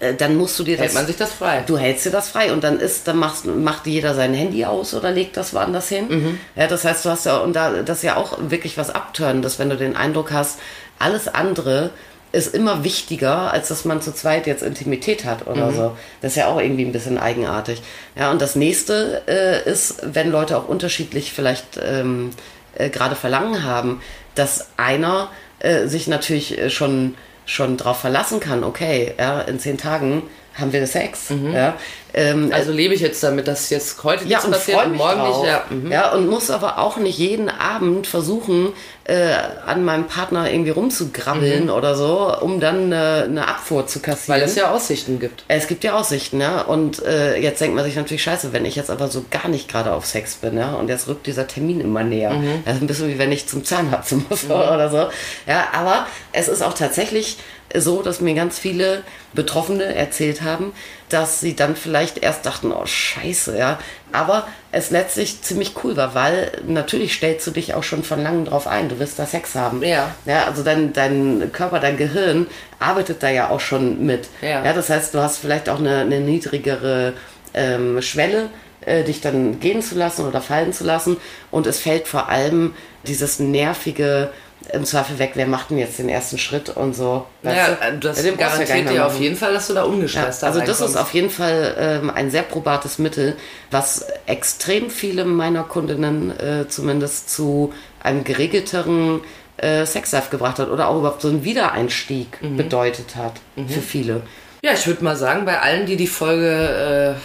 [SPEAKER 3] äh, dann musst du dir
[SPEAKER 2] Hält
[SPEAKER 3] das
[SPEAKER 2] man sich das frei.
[SPEAKER 3] du hältst dir das frei und dann ist, dann machst, macht jeder sein Handy aus oder legt das woanders hin. Ja, das heißt, du hast ja, und da, das ist ja auch wirklich was Abtörendes, wenn du den Eindruck hast, alles andere ist immer wichtiger, als dass man zu zweit jetzt Intimität hat oder so. Das ist ja auch irgendwie ein bisschen eigenartig. Ja, und das nächste äh, ist, wenn Leute auch unterschiedlich vielleicht ähm, äh, gerade Verlangen haben, dass einer äh, sich natürlich äh, schon schon darauf verlassen kann, okay, ja, in zehn Tagen haben wir Sex. Ja, ähm,
[SPEAKER 2] Mhm. also lebe ich jetzt damit, dass jetzt heute
[SPEAKER 3] ja
[SPEAKER 2] nichts
[SPEAKER 3] und
[SPEAKER 2] passiert
[SPEAKER 3] freue
[SPEAKER 2] und
[SPEAKER 3] mich
[SPEAKER 2] morgen
[SPEAKER 3] drauf.
[SPEAKER 2] nicht. Ja,
[SPEAKER 3] Ja,
[SPEAKER 2] mhm.
[SPEAKER 3] und muss aber auch nicht jeden Abend versuchen, äh, an meinem Partner irgendwie rumzugrabbeln oder so, um dann eine, eine Abfuhr zu kassieren.
[SPEAKER 2] Mhm. Weil es ja Aussichten gibt.
[SPEAKER 3] Es gibt ja Aussichten, ja. Und äh, jetzt denkt man sich natürlich, scheiße, wenn ich jetzt aber so gar nicht gerade auf Sex bin, ja. Und jetzt rückt dieser Termin immer näher. Das ist ein bisschen wie wenn ich zum Zahnarzt muss oder so. Ja, aber es ist auch tatsächlich so, dass mir ganz viele Betroffene erzählt haben, dass sie dann vielleicht erst dachten, oh scheiße, ja. Aber es letztlich ziemlich cool war, weil natürlich stellst du dich auch schon von langem drauf ein, du willst da Sex haben.
[SPEAKER 2] Ja.
[SPEAKER 3] Ja, also dein, dein Körper, dein Gehirn arbeitet da ja auch schon mit.
[SPEAKER 2] Ja.
[SPEAKER 3] Ja, das heißt, du hast vielleicht auch eine, eine niedrigere ähm, Schwelle, äh, dich dann gehen zu lassen oder fallen zu lassen. Und es fällt vor allem dieses nervige im Zweifel weg, wer macht denn jetzt den ersten Schritt und so.
[SPEAKER 2] Ja, äh,
[SPEAKER 3] weißt du?
[SPEAKER 2] das
[SPEAKER 3] Ja, den brauchst du ja gar
[SPEAKER 2] garantiert
[SPEAKER 3] nicht
[SPEAKER 2] dir
[SPEAKER 3] mehr
[SPEAKER 2] auf
[SPEAKER 3] machen.
[SPEAKER 2] jeden Fall, dass du da
[SPEAKER 3] Ja,
[SPEAKER 2] ungeschweißt da
[SPEAKER 3] also das ist
[SPEAKER 2] reinkommst.
[SPEAKER 3] auf jeden Fall ähm, ein sehr probates Mittel, was extrem viele meiner Kundinnen äh, zumindest zu einem geregelteren äh, Sexlife gebracht hat oder auch überhaupt so einen Wiedereinstieg
[SPEAKER 2] Mhm.
[SPEAKER 3] bedeutet hat für viele.
[SPEAKER 2] Ja, ich würde mal sagen, bei allen, die die Folge äh,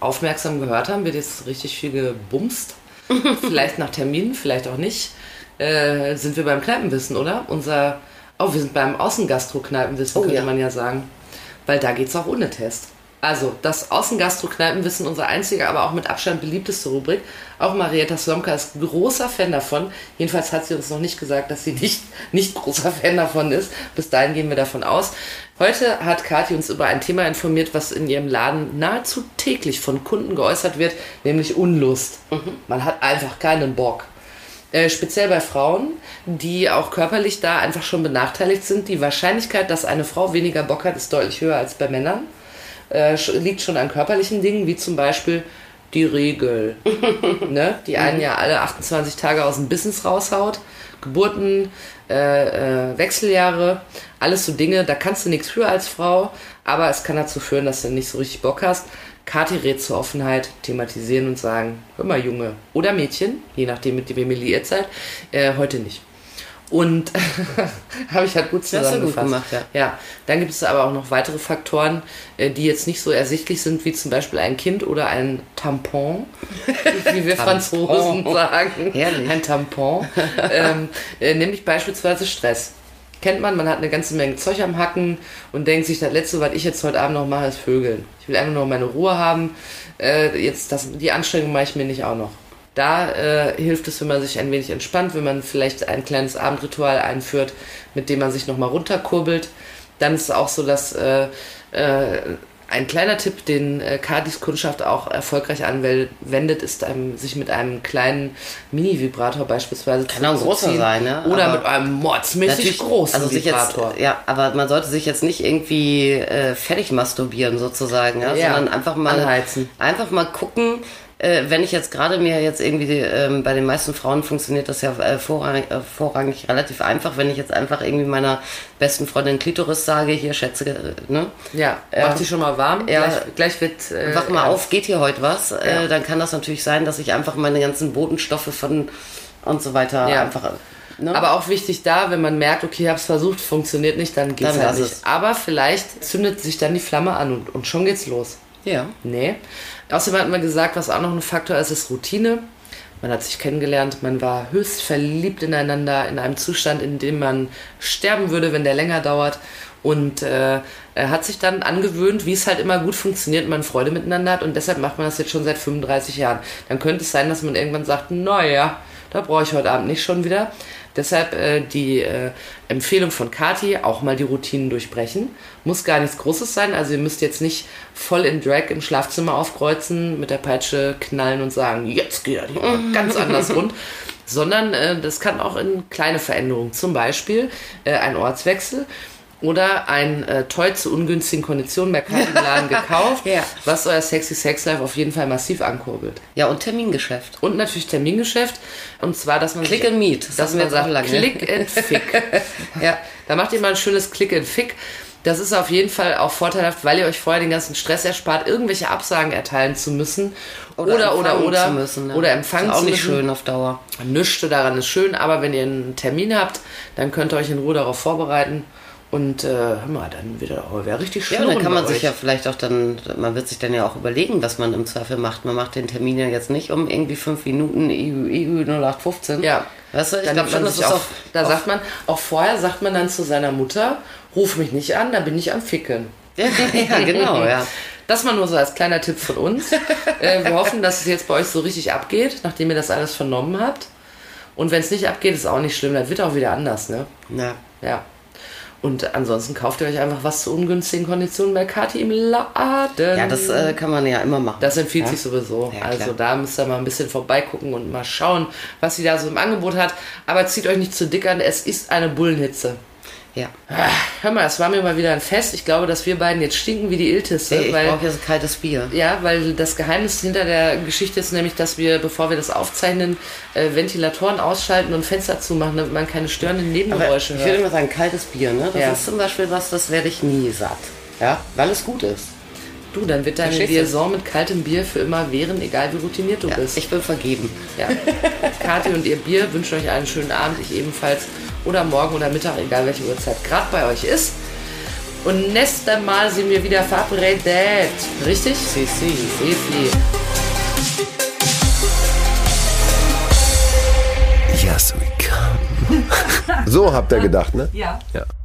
[SPEAKER 2] aufmerksam gehört haben, wird jetzt richtig viel gebumst. vielleicht nach Terminen, vielleicht auch nicht. Äh, sind wir beim Kneipenwissen, oder? Unser, oh, wir sind beim Außengastro-Kneipenwissen,
[SPEAKER 3] Oh,
[SPEAKER 2] könnte
[SPEAKER 3] ja.
[SPEAKER 2] man ja sagen. Weil da geht's auch ohne Test. Also, das Außengastro-Kneipenwissen, unsere einzige, aber auch mit Abstand beliebteste Rubrik. Auch Marietta Slomka ist großer Fan davon. Jedenfalls hat sie uns noch nicht gesagt, dass sie nicht, nicht großer Fan davon ist. Bis dahin gehen wir davon aus. Heute hat Kathi uns über ein Thema informiert, was in ihrem Laden nahezu täglich von Kunden geäußert wird, nämlich Unlust. Man hat einfach keinen Bock. Äh, speziell bei Frauen, die auch körperlich da einfach schon benachteiligt sind. Die Wahrscheinlichkeit, dass eine Frau weniger Bock hat, ist deutlich höher als bei Männern. Äh, sch- liegt schon an körperlichen Dingen, wie zum Beispiel die Regel, ne? die
[SPEAKER 3] Mhm.
[SPEAKER 2] einen ja alle 28 Tage aus dem Business raushaut. Geburten, äh, äh, Wechseljahre, alles so Dinge, da kannst du nichts für als Frau, aber es kann dazu führen, dass du nicht so richtig Bock hast. Kathi rät zur Offenheit, thematisieren und sagen, hör mal Junge oder Mädchen, je nachdem mit wem ihr liiert seid, äh, heute nicht. Und habe ich halt gut
[SPEAKER 3] du gut
[SPEAKER 2] zusammengefasst.
[SPEAKER 3] gemacht, ja.
[SPEAKER 2] Ja, dann gibt es aber auch noch weitere Faktoren, äh, die jetzt nicht so ersichtlich sind, wie zum Beispiel ein Kind oder ein Tampon, wie wir Franzosen sagen.
[SPEAKER 3] Herrlich.
[SPEAKER 2] Ein Tampon. ähm, äh, nämlich beispielsweise Stress. Kennt man, man hat eine ganze Menge Zeug am Hacken und denkt sich, das Letzte, was ich jetzt heute Abend noch mache, ist Vögeln. Ich will einfach nur meine Ruhe haben. Äh, jetzt das, die Anstrengung mache ich mir nicht auch noch. Da äh, hilft es, wenn man sich ein wenig entspannt, wenn man vielleicht ein kleines Abendritual einführt, mit dem man sich nochmal runterkurbelt. Dann ist es auch so, dass äh, äh, ein kleiner Tipp, den äh, Cardis Kundschaft auch erfolgreich anwendet, ist, ähm, sich mit einem kleinen Mini-Vibrator beispielsweise
[SPEAKER 3] Kann auch ein großer
[SPEAKER 2] zuzuziehen.
[SPEAKER 3] sein, ne?
[SPEAKER 2] Oder
[SPEAKER 3] Aber
[SPEAKER 2] mit einem mordsmäßig großen
[SPEAKER 3] also sich jetzt,
[SPEAKER 2] Vibrator.
[SPEAKER 3] ja, aber man sollte sich jetzt nicht irgendwie äh, fertig masturbieren sozusagen, ja,
[SPEAKER 2] Ja,
[SPEAKER 3] sondern einfach mal
[SPEAKER 2] anheizen.
[SPEAKER 3] einfach mal gucken, äh, wenn ich jetzt gerade mir jetzt irgendwie, ähm, bei den meisten Frauen funktioniert das ja äh, vorrangig, äh, vorrangig relativ einfach, wenn ich jetzt einfach irgendwie meiner besten Freundin Klitoris sage, hier schätze, äh, ne?
[SPEAKER 2] Ja,
[SPEAKER 3] Ja.
[SPEAKER 2] mach dich schon mal warm.
[SPEAKER 3] Ja.
[SPEAKER 2] Gleich, gleich wird. Äh,
[SPEAKER 3] Wach mal
[SPEAKER 2] ernst.
[SPEAKER 3] auf, geht hier heute was?
[SPEAKER 2] Ja.
[SPEAKER 3] Äh, dann kann das natürlich sein, dass ich einfach meine ganzen Botenstoffe von und so weiter
[SPEAKER 2] Ja.
[SPEAKER 3] einfach. äh, Ne?
[SPEAKER 2] Aber auch wichtig da, wenn man merkt, okay, hab's versucht, funktioniert nicht, dann geht's
[SPEAKER 3] Dann
[SPEAKER 2] halt
[SPEAKER 3] lass
[SPEAKER 2] nicht.
[SPEAKER 3] es.
[SPEAKER 2] Aber vielleicht zündet sich dann die Flamme an und, und schon geht's los.
[SPEAKER 3] ja.
[SPEAKER 2] Nee. Außerdem hatten wir gesagt, was auch noch ein Faktor ist, ist Routine. Man hat sich kennengelernt, man war höchst verliebt ineinander, in einem Zustand, in dem man sterben würde, wenn der länger dauert. Und äh, er hat sich dann angewöhnt, wie es halt immer gut funktioniert, man Freude miteinander hat. Und deshalb macht man das jetzt schon seit 35 Jahren. Dann könnte es sein, dass man irgendwann sagt, naja, da brauche ich heute Abend nicht schon wieder. Deshalb äh, die äh, Empfehlung von Kati, auch mal die Routinen durchbrechen. Muss gar nichts Großes sein. Also ihr müsst jetzt nicht voll in Drag im Schlafzimmer aufkreuzen, mit der Peitsche knallen und sagen, jetzt geht das hier mal ganz anders rund. Sondern äh, das kann auch in kleine Veränderungen, zum Beispiel äh, ein Ortswechsel oder ein äh, Toy zu ungünstigen Konditionen bei Kati im Laden gekauft,
[SPEAKER 3] Ja.
[SPEAKER 2] was euer Sexy Sex Life auf jeden Fall massiv ankurbelt.
[SPEAKER 3] Ja, und Termingeschäft.
[SPEAKER 2] Und natürlich Termingeschäft. Und zwar, dass man
[SPEAKER 3] Click and Meet. Das,
[SPEAKER 2] dass
[SPEAKER 3] haben wir
[SPEAKER 2] man
[SPEAKER 3] jetzt auch
[SPEAKER 2] sagt,
[SPEAKER 3] lange. ne?
[SPEAKER 2] Click and Fick.
[SPEAKER 3] Ja.
[SPEAKER 2] ne? da macht ihr mal ein schönes Click and Fick. Das ist auf jeden Fall auch vorteilhaft, weil ihr euch vorher den ganzen Stress erspart, irgendwelche Absagen erteilen zu müssen oder oder oder
[SPEAKER 3] empfangen
[SPEAKER 2] oder,
[SPEAKER 3] zu müssen, ne?
[SPEAKER 2] empfangen
[SPEAKER 3] ist auch
[SPEAKER 2] zu
[SPEAKER 3] nicht
[SPEAKER 2] müssen.
[SPEAKER 3] schön auf Dauer.
[SPEAKER 2] Nüschte daran ist schön, aber wenn ihr einen Termin habt, dann könnt ihr euch in Ruhe darauf vorbereiten und äh, hör mal, dann wieder oh, wäre richtig schön.
[SPEAKER 3] Ja, dann kann man sich ja vielleicht auch dann, man wird sich dann ja auch überlegen, was man im Zweifel macht. Man macht den Termin ja jetzt nicht um irgendwie fünf Minuten EU, EU 0815.
[SPEAKER 2] Ja.
[SPEAKER 3] Weißt du, ich
[SPEAKER 2] dann
[SPEAKER 3] glaube
[SPEAKER 2] nimmt man
[SPEAKER 3] schon, das
[SPEAKER 2] sich
[SPEAKER 3] ist
[SPEAKER 2] auch,
[SPEAKER 3] auch,
[SPEAKER 2] da
[SPEAKER 3] auch
[SPEAKER 2] sagt man, auch vorher sagt man dann zu seiner Mutter, ruf mich nicht an, da bin ich am Ficken.
[SPEAKER 3] ja, ja, genau, ja.
[SPEAKER 2] Das mal nur so als kleiner Tipp von uns. äh, wir hoffen, dass es jetzt bei euch so richtig abgeht, nachdem ihr das alles vernommen habt. Und wenn es nicht abgeht, ist auch nicht schlimm, dann wird auch wieder anders, ne?
[SPEAKER 3] Ja.
[SPEAKER 2] Ja. Und ansonsten kauft ihr euch einfach was zu ungünstigen Konditionen bei Kati im Laden.
[SPEAKER 3] Ja, das äh, kann man ja immer machen.
[SPEAKER 2] Das empfiehlt
[SPEAKER 3] ja?
[SPEAKER 2] sich sowieso.
[SPEAKER 3] Ja,
[SPEAKER 2] also
[SPEAKER 3] klar.
[SPEAKER 2] da müsst ihr mal ein bisschen vorbeigucken und mal schauen, was sie da so im Angebot hat. Aber zieht euch nicht zu dick an, es ist eine Bullenhitze.
[SPEAKER 3] Ja.
[SPEAKER 2] Hör mal, es war mir mal wieder ein Fest. Ich glaube, dass wir beiden jetzt stinken wie die Iltisse.
[SPEAKER 3] Ey, ich
[SPEAKER 2] weil
[SPEAKER 3] brauche jetzt kaltes Bier.
[SPEAKER 2] ja, weil das Geheimnis hinter der Geschichte ist nämlich, dass wir, bevor wir das aufzeichnen, äh, Ventilatoren ausschalten und Fenster zumachen, damit man keine störenden
[SPEAKER 3] Aber
[SPEAKER 2] Nebengeräusche
[SPEAKER 3] ich
[SPEAKER 2] hört.
[SPEAKER 3] würde immer sagen, kaltes Bier, ne? Das
[SPEAKER 2] Ja.
[SPEAKER 3] ist zum Beispiel was, das werde ich nie satt. Ja, weil es gut ist.
[SPEAKER 2] Du, dann wird deine
[SPEAKER 3] Verstehst du?
[SPEAKER 2] Liaison mit kaltem Bier für immer währen, egal wie routiniert du
[SPEAKER 3] Ja,
[SPEAKER 2] bist.
[SPEAKER 3] ich bin vergeben.
[SPEAKER 2] Ja. Kathi und ihr Bier wünschen euch einen schönen Abend, ich ebenfalls. Oder morgen oder Mittag, egal welche Uhrzeit gerade bei euch ist. Und nächstes Mal sind wir wieder verabredet. Richtig? Si, si. si, si.
[SPEAKER 1] Yes, we come.
[SPEAKER 4] So habt ihr gedacht, ne?
[SPEAKER 2] Ja.
[SPEAKER 1] Ja.